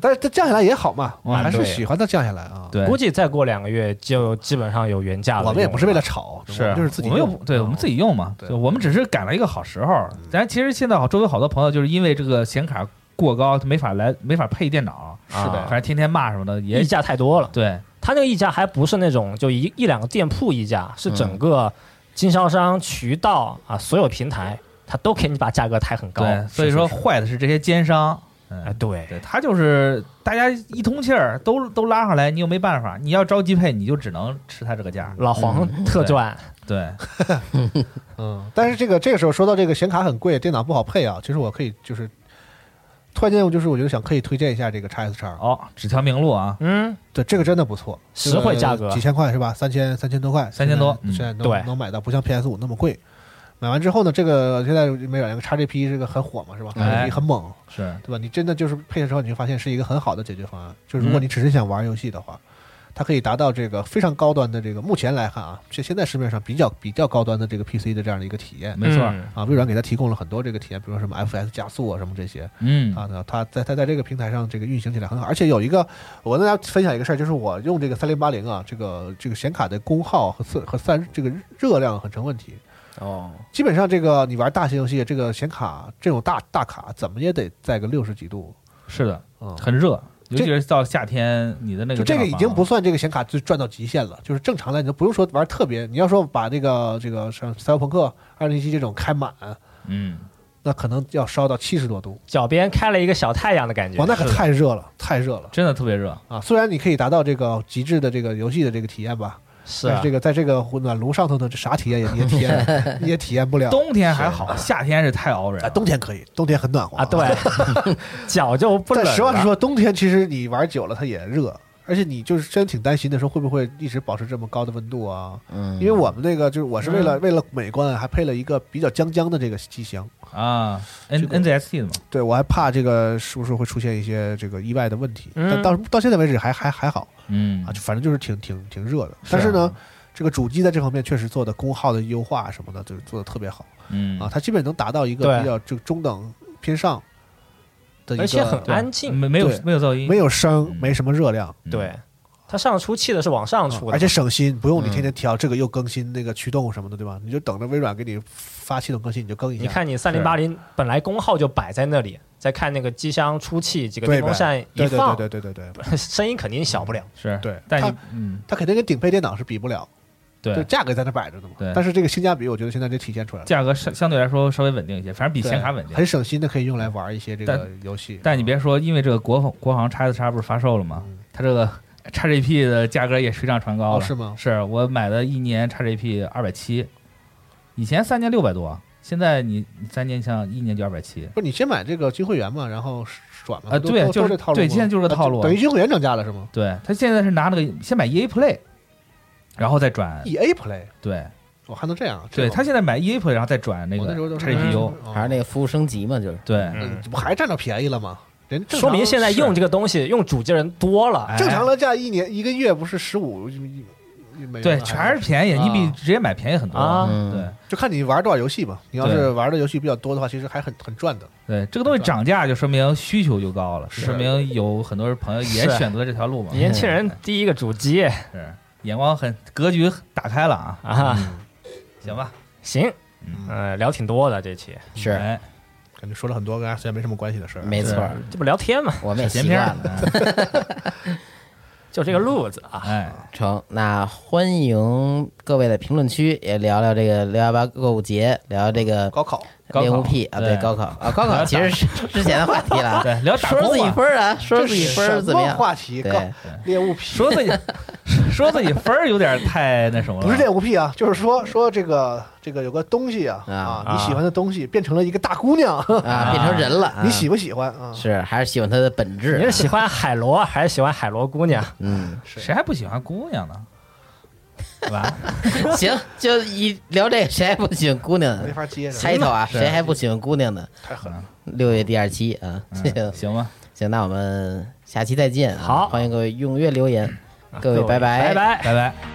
但是它降下来也好嘛，我啊还是对喜欢它降下来啊。对，估计再过两个月就基本上有原价了。我们也不是为了炒，我是们就是自己我们又用啊不，对我们自己用嘛，就我们只是赶了一个好时候。咱其实现在好，周围好多朋友就是因为这个显卡过高，没法来，没法配电脑，啊是的反正天天骂什么的也溢价太多了，对，它那个溢价还不是那种就一一两个店铺溢价，是嗯整个经销商渠道啊，所有平台它都给你把价格抬很高。对，所以说是，是坏的是这些奸商，是哎嗯，对，对他就是大家一通气儿都都拉上来，你又没办法，你要着急配，你就只能吃他这个价，嗯老黄特赚，对，嗯，但是这个这个时候说到这个显卡很贵，电脑不好配啊，其实我可以就是突然间，我就是我觉得想可以推荐一下这个 x S 叉，哦，指条明路啊，嗯，对，这个真的不错，这个实惠价格几千块是吧？三千三千多块， 3000多嗯现在现在能对能买到，不像 PS 五那么贵。买完之后呢，这个现在微软那个 XGP 这个很火嘛，是吧哎？XGP 很猛，是对吧？你真的就是配的时候，你就发现是一个很好的解决方案。就是如嗯果你只是想玩游戏的话，它可以达到这个非常高端的这个，目前来看啊，就现在市面上比较比较高端的这个 PC 的这样的一个体验。没错，嗯啊，微软给它提供了很多这个体验，比如说什么 FPS 加速啊，什么这些嗯啊，那它在它在这个平台上这个运行起来很好。而且有一个，我跟大家分享一个事儿，就是我用这个三零八零啊，这个这个显卡的功耗和散和散这个热量很成问题。哦，基本上这个你玩大型游戏，这个显卡这种大大卡怎么也得在个六十几度，是的，嗯，很热，尤这其是到夏天，你的那就个这个电已脑经房不算这个显卡就赚到极限了，就是正常的你都不用说玩特别，你要说把那个这个像《赛博朋克二零七》这种开满，嗯，那可能要烧到七十多度，脚边开了一个小太阳的感觉。哇，那可是太热了，太热了真的特别热，啊！虽然你可以达到这个极致的这个游戏的这个体验吧，是但啊哎是这个在这个暖炉上头的这啥体验也也体 (laughs) 验也体验不了。冬天还好，夏天是太熬人啊，了，冬天可以，冬天很暖和啊，对， (laughs) 脚就不冷但了。实话实说，冬天其实你玩久了它也热，而且你就是真挺担心的时候，会不会一直保持这么高的温度啊？嗯，因为我们那个就是我是为了、嗯为了美观，还配了一个比较将将的这个机箱。啊，N 这个啊 N Z S T 的嘛，对我还怕这个是不是会出现一些这个意外的问题，嗯但到到现在为止还还还好嗯啊，就反正就是挺挺挺热的。啊但是呢，这个主机在这方面确实做的功耗的优化什么的，就是做的特别好嗯啊，它基本能达到一个对比较就中等偏上的一个，而且很对安静。啊没没有对没有噪音，没有声嗯，没什么热量。嗯对，它上出气的是往上出的，而且省心，不用你嗯天天调这个又更新那个驱动什么的，对吧？你就等着微软给你发系统更新，你就更一下。你看你三零八零本来功耗就摆在那里，再看那个机箱出气，几个对电呗风扇一对对对放， (laughs) 对对对对，声音肯定小不了。是，对但它你嗯它肯定跟顶配电脑是比不了，就对，价格在那摆着呢嘛对。但是这个性价比，我觉得现在就体现出来了，价格相相对来说稍微稳定一些，反正比对显卡稳定。很省心的，可以用来玩一些这个游戏。但你别说，因为这个国防国行叉 S 叉不是发售了吗？它这个 (laughs) XGP 的价格也水涨船高嗯哦了，是吗？是我买的一年 XGP 二百七，以前三年六百多，现在你你三年像一年就二百七，不是你先买这个金会员嘛，然后转嘛。啊都对都就是都这套路吗。对现在就是这啊套路等于金会员涨价了是吗对他现在是拿那个先买 EA Play，然后再转？E A Play，对我还能这样？对，这种他现在买 EA Play，然后再转那我个那时候都是 XGPU，嗯还是那个服务升级嘛，就是对，嗯嗯，不还是占着便宜了吗？人正常说明现在是用这个东西用主机人多了，哎正常的价一年一个月不是十五美元对，吗全是便宜，啊你比直接买便宜很多啊对嗯就看你玩多少游戏吧。你要对是玩的游戏比较多的话，其实还很很赚的。对，这个东西涨价就说明需求就高了，说明有很多朋友也是选择了这条路嘛。年轻人第一个主机 (laughs) 是眼光很格局打开了啊，啊，嗯行吧，行，嗯呃，聊挺多的这期，是哎，感觉说了很多跟 S 也没什么关系的事儿。啊没错，是这不聊天嘛，我们也闲习篇惯儿了。了，就嗯这个路子 (laughs) 啊。哎，成，那欢迎各位在评论区也聊聊这个六幺八购物节，聊这个高考高考练物癖啊，对对高考啊，高考其实是之前的话题了，啊 (laughs) 对，聊打说自工己嘛分，儿啊，说自己分这儿什怎么样？话题？高对，猎物癖说自己说自己 (laughs) 分儿有点太那什么了，不是猎物癖啊，就是说说这个这个有个东西啊啊啊，啊你喜欢的东西变成了一个大姑娘，啊，变成人了啊， (laughs) 你喜不喜欢啊？是还是喜欢它的本质你啊？是喜欢海螺还是喜欢海螺姑娘？嗯，谁还不喜欢姑娘呢？对吧？ (laughs) 行，就一聊这个，谁还不喜欢姑娘没呢？法接着。猜一头啊，是谁还不喜欢姑娘呢？太狠了，六月第二期啊，嗯行吧， (laughs) 行，那我们下期再见啊。好啊欢迎各位踊跃留言，各位各位拜拜拜。拜拜。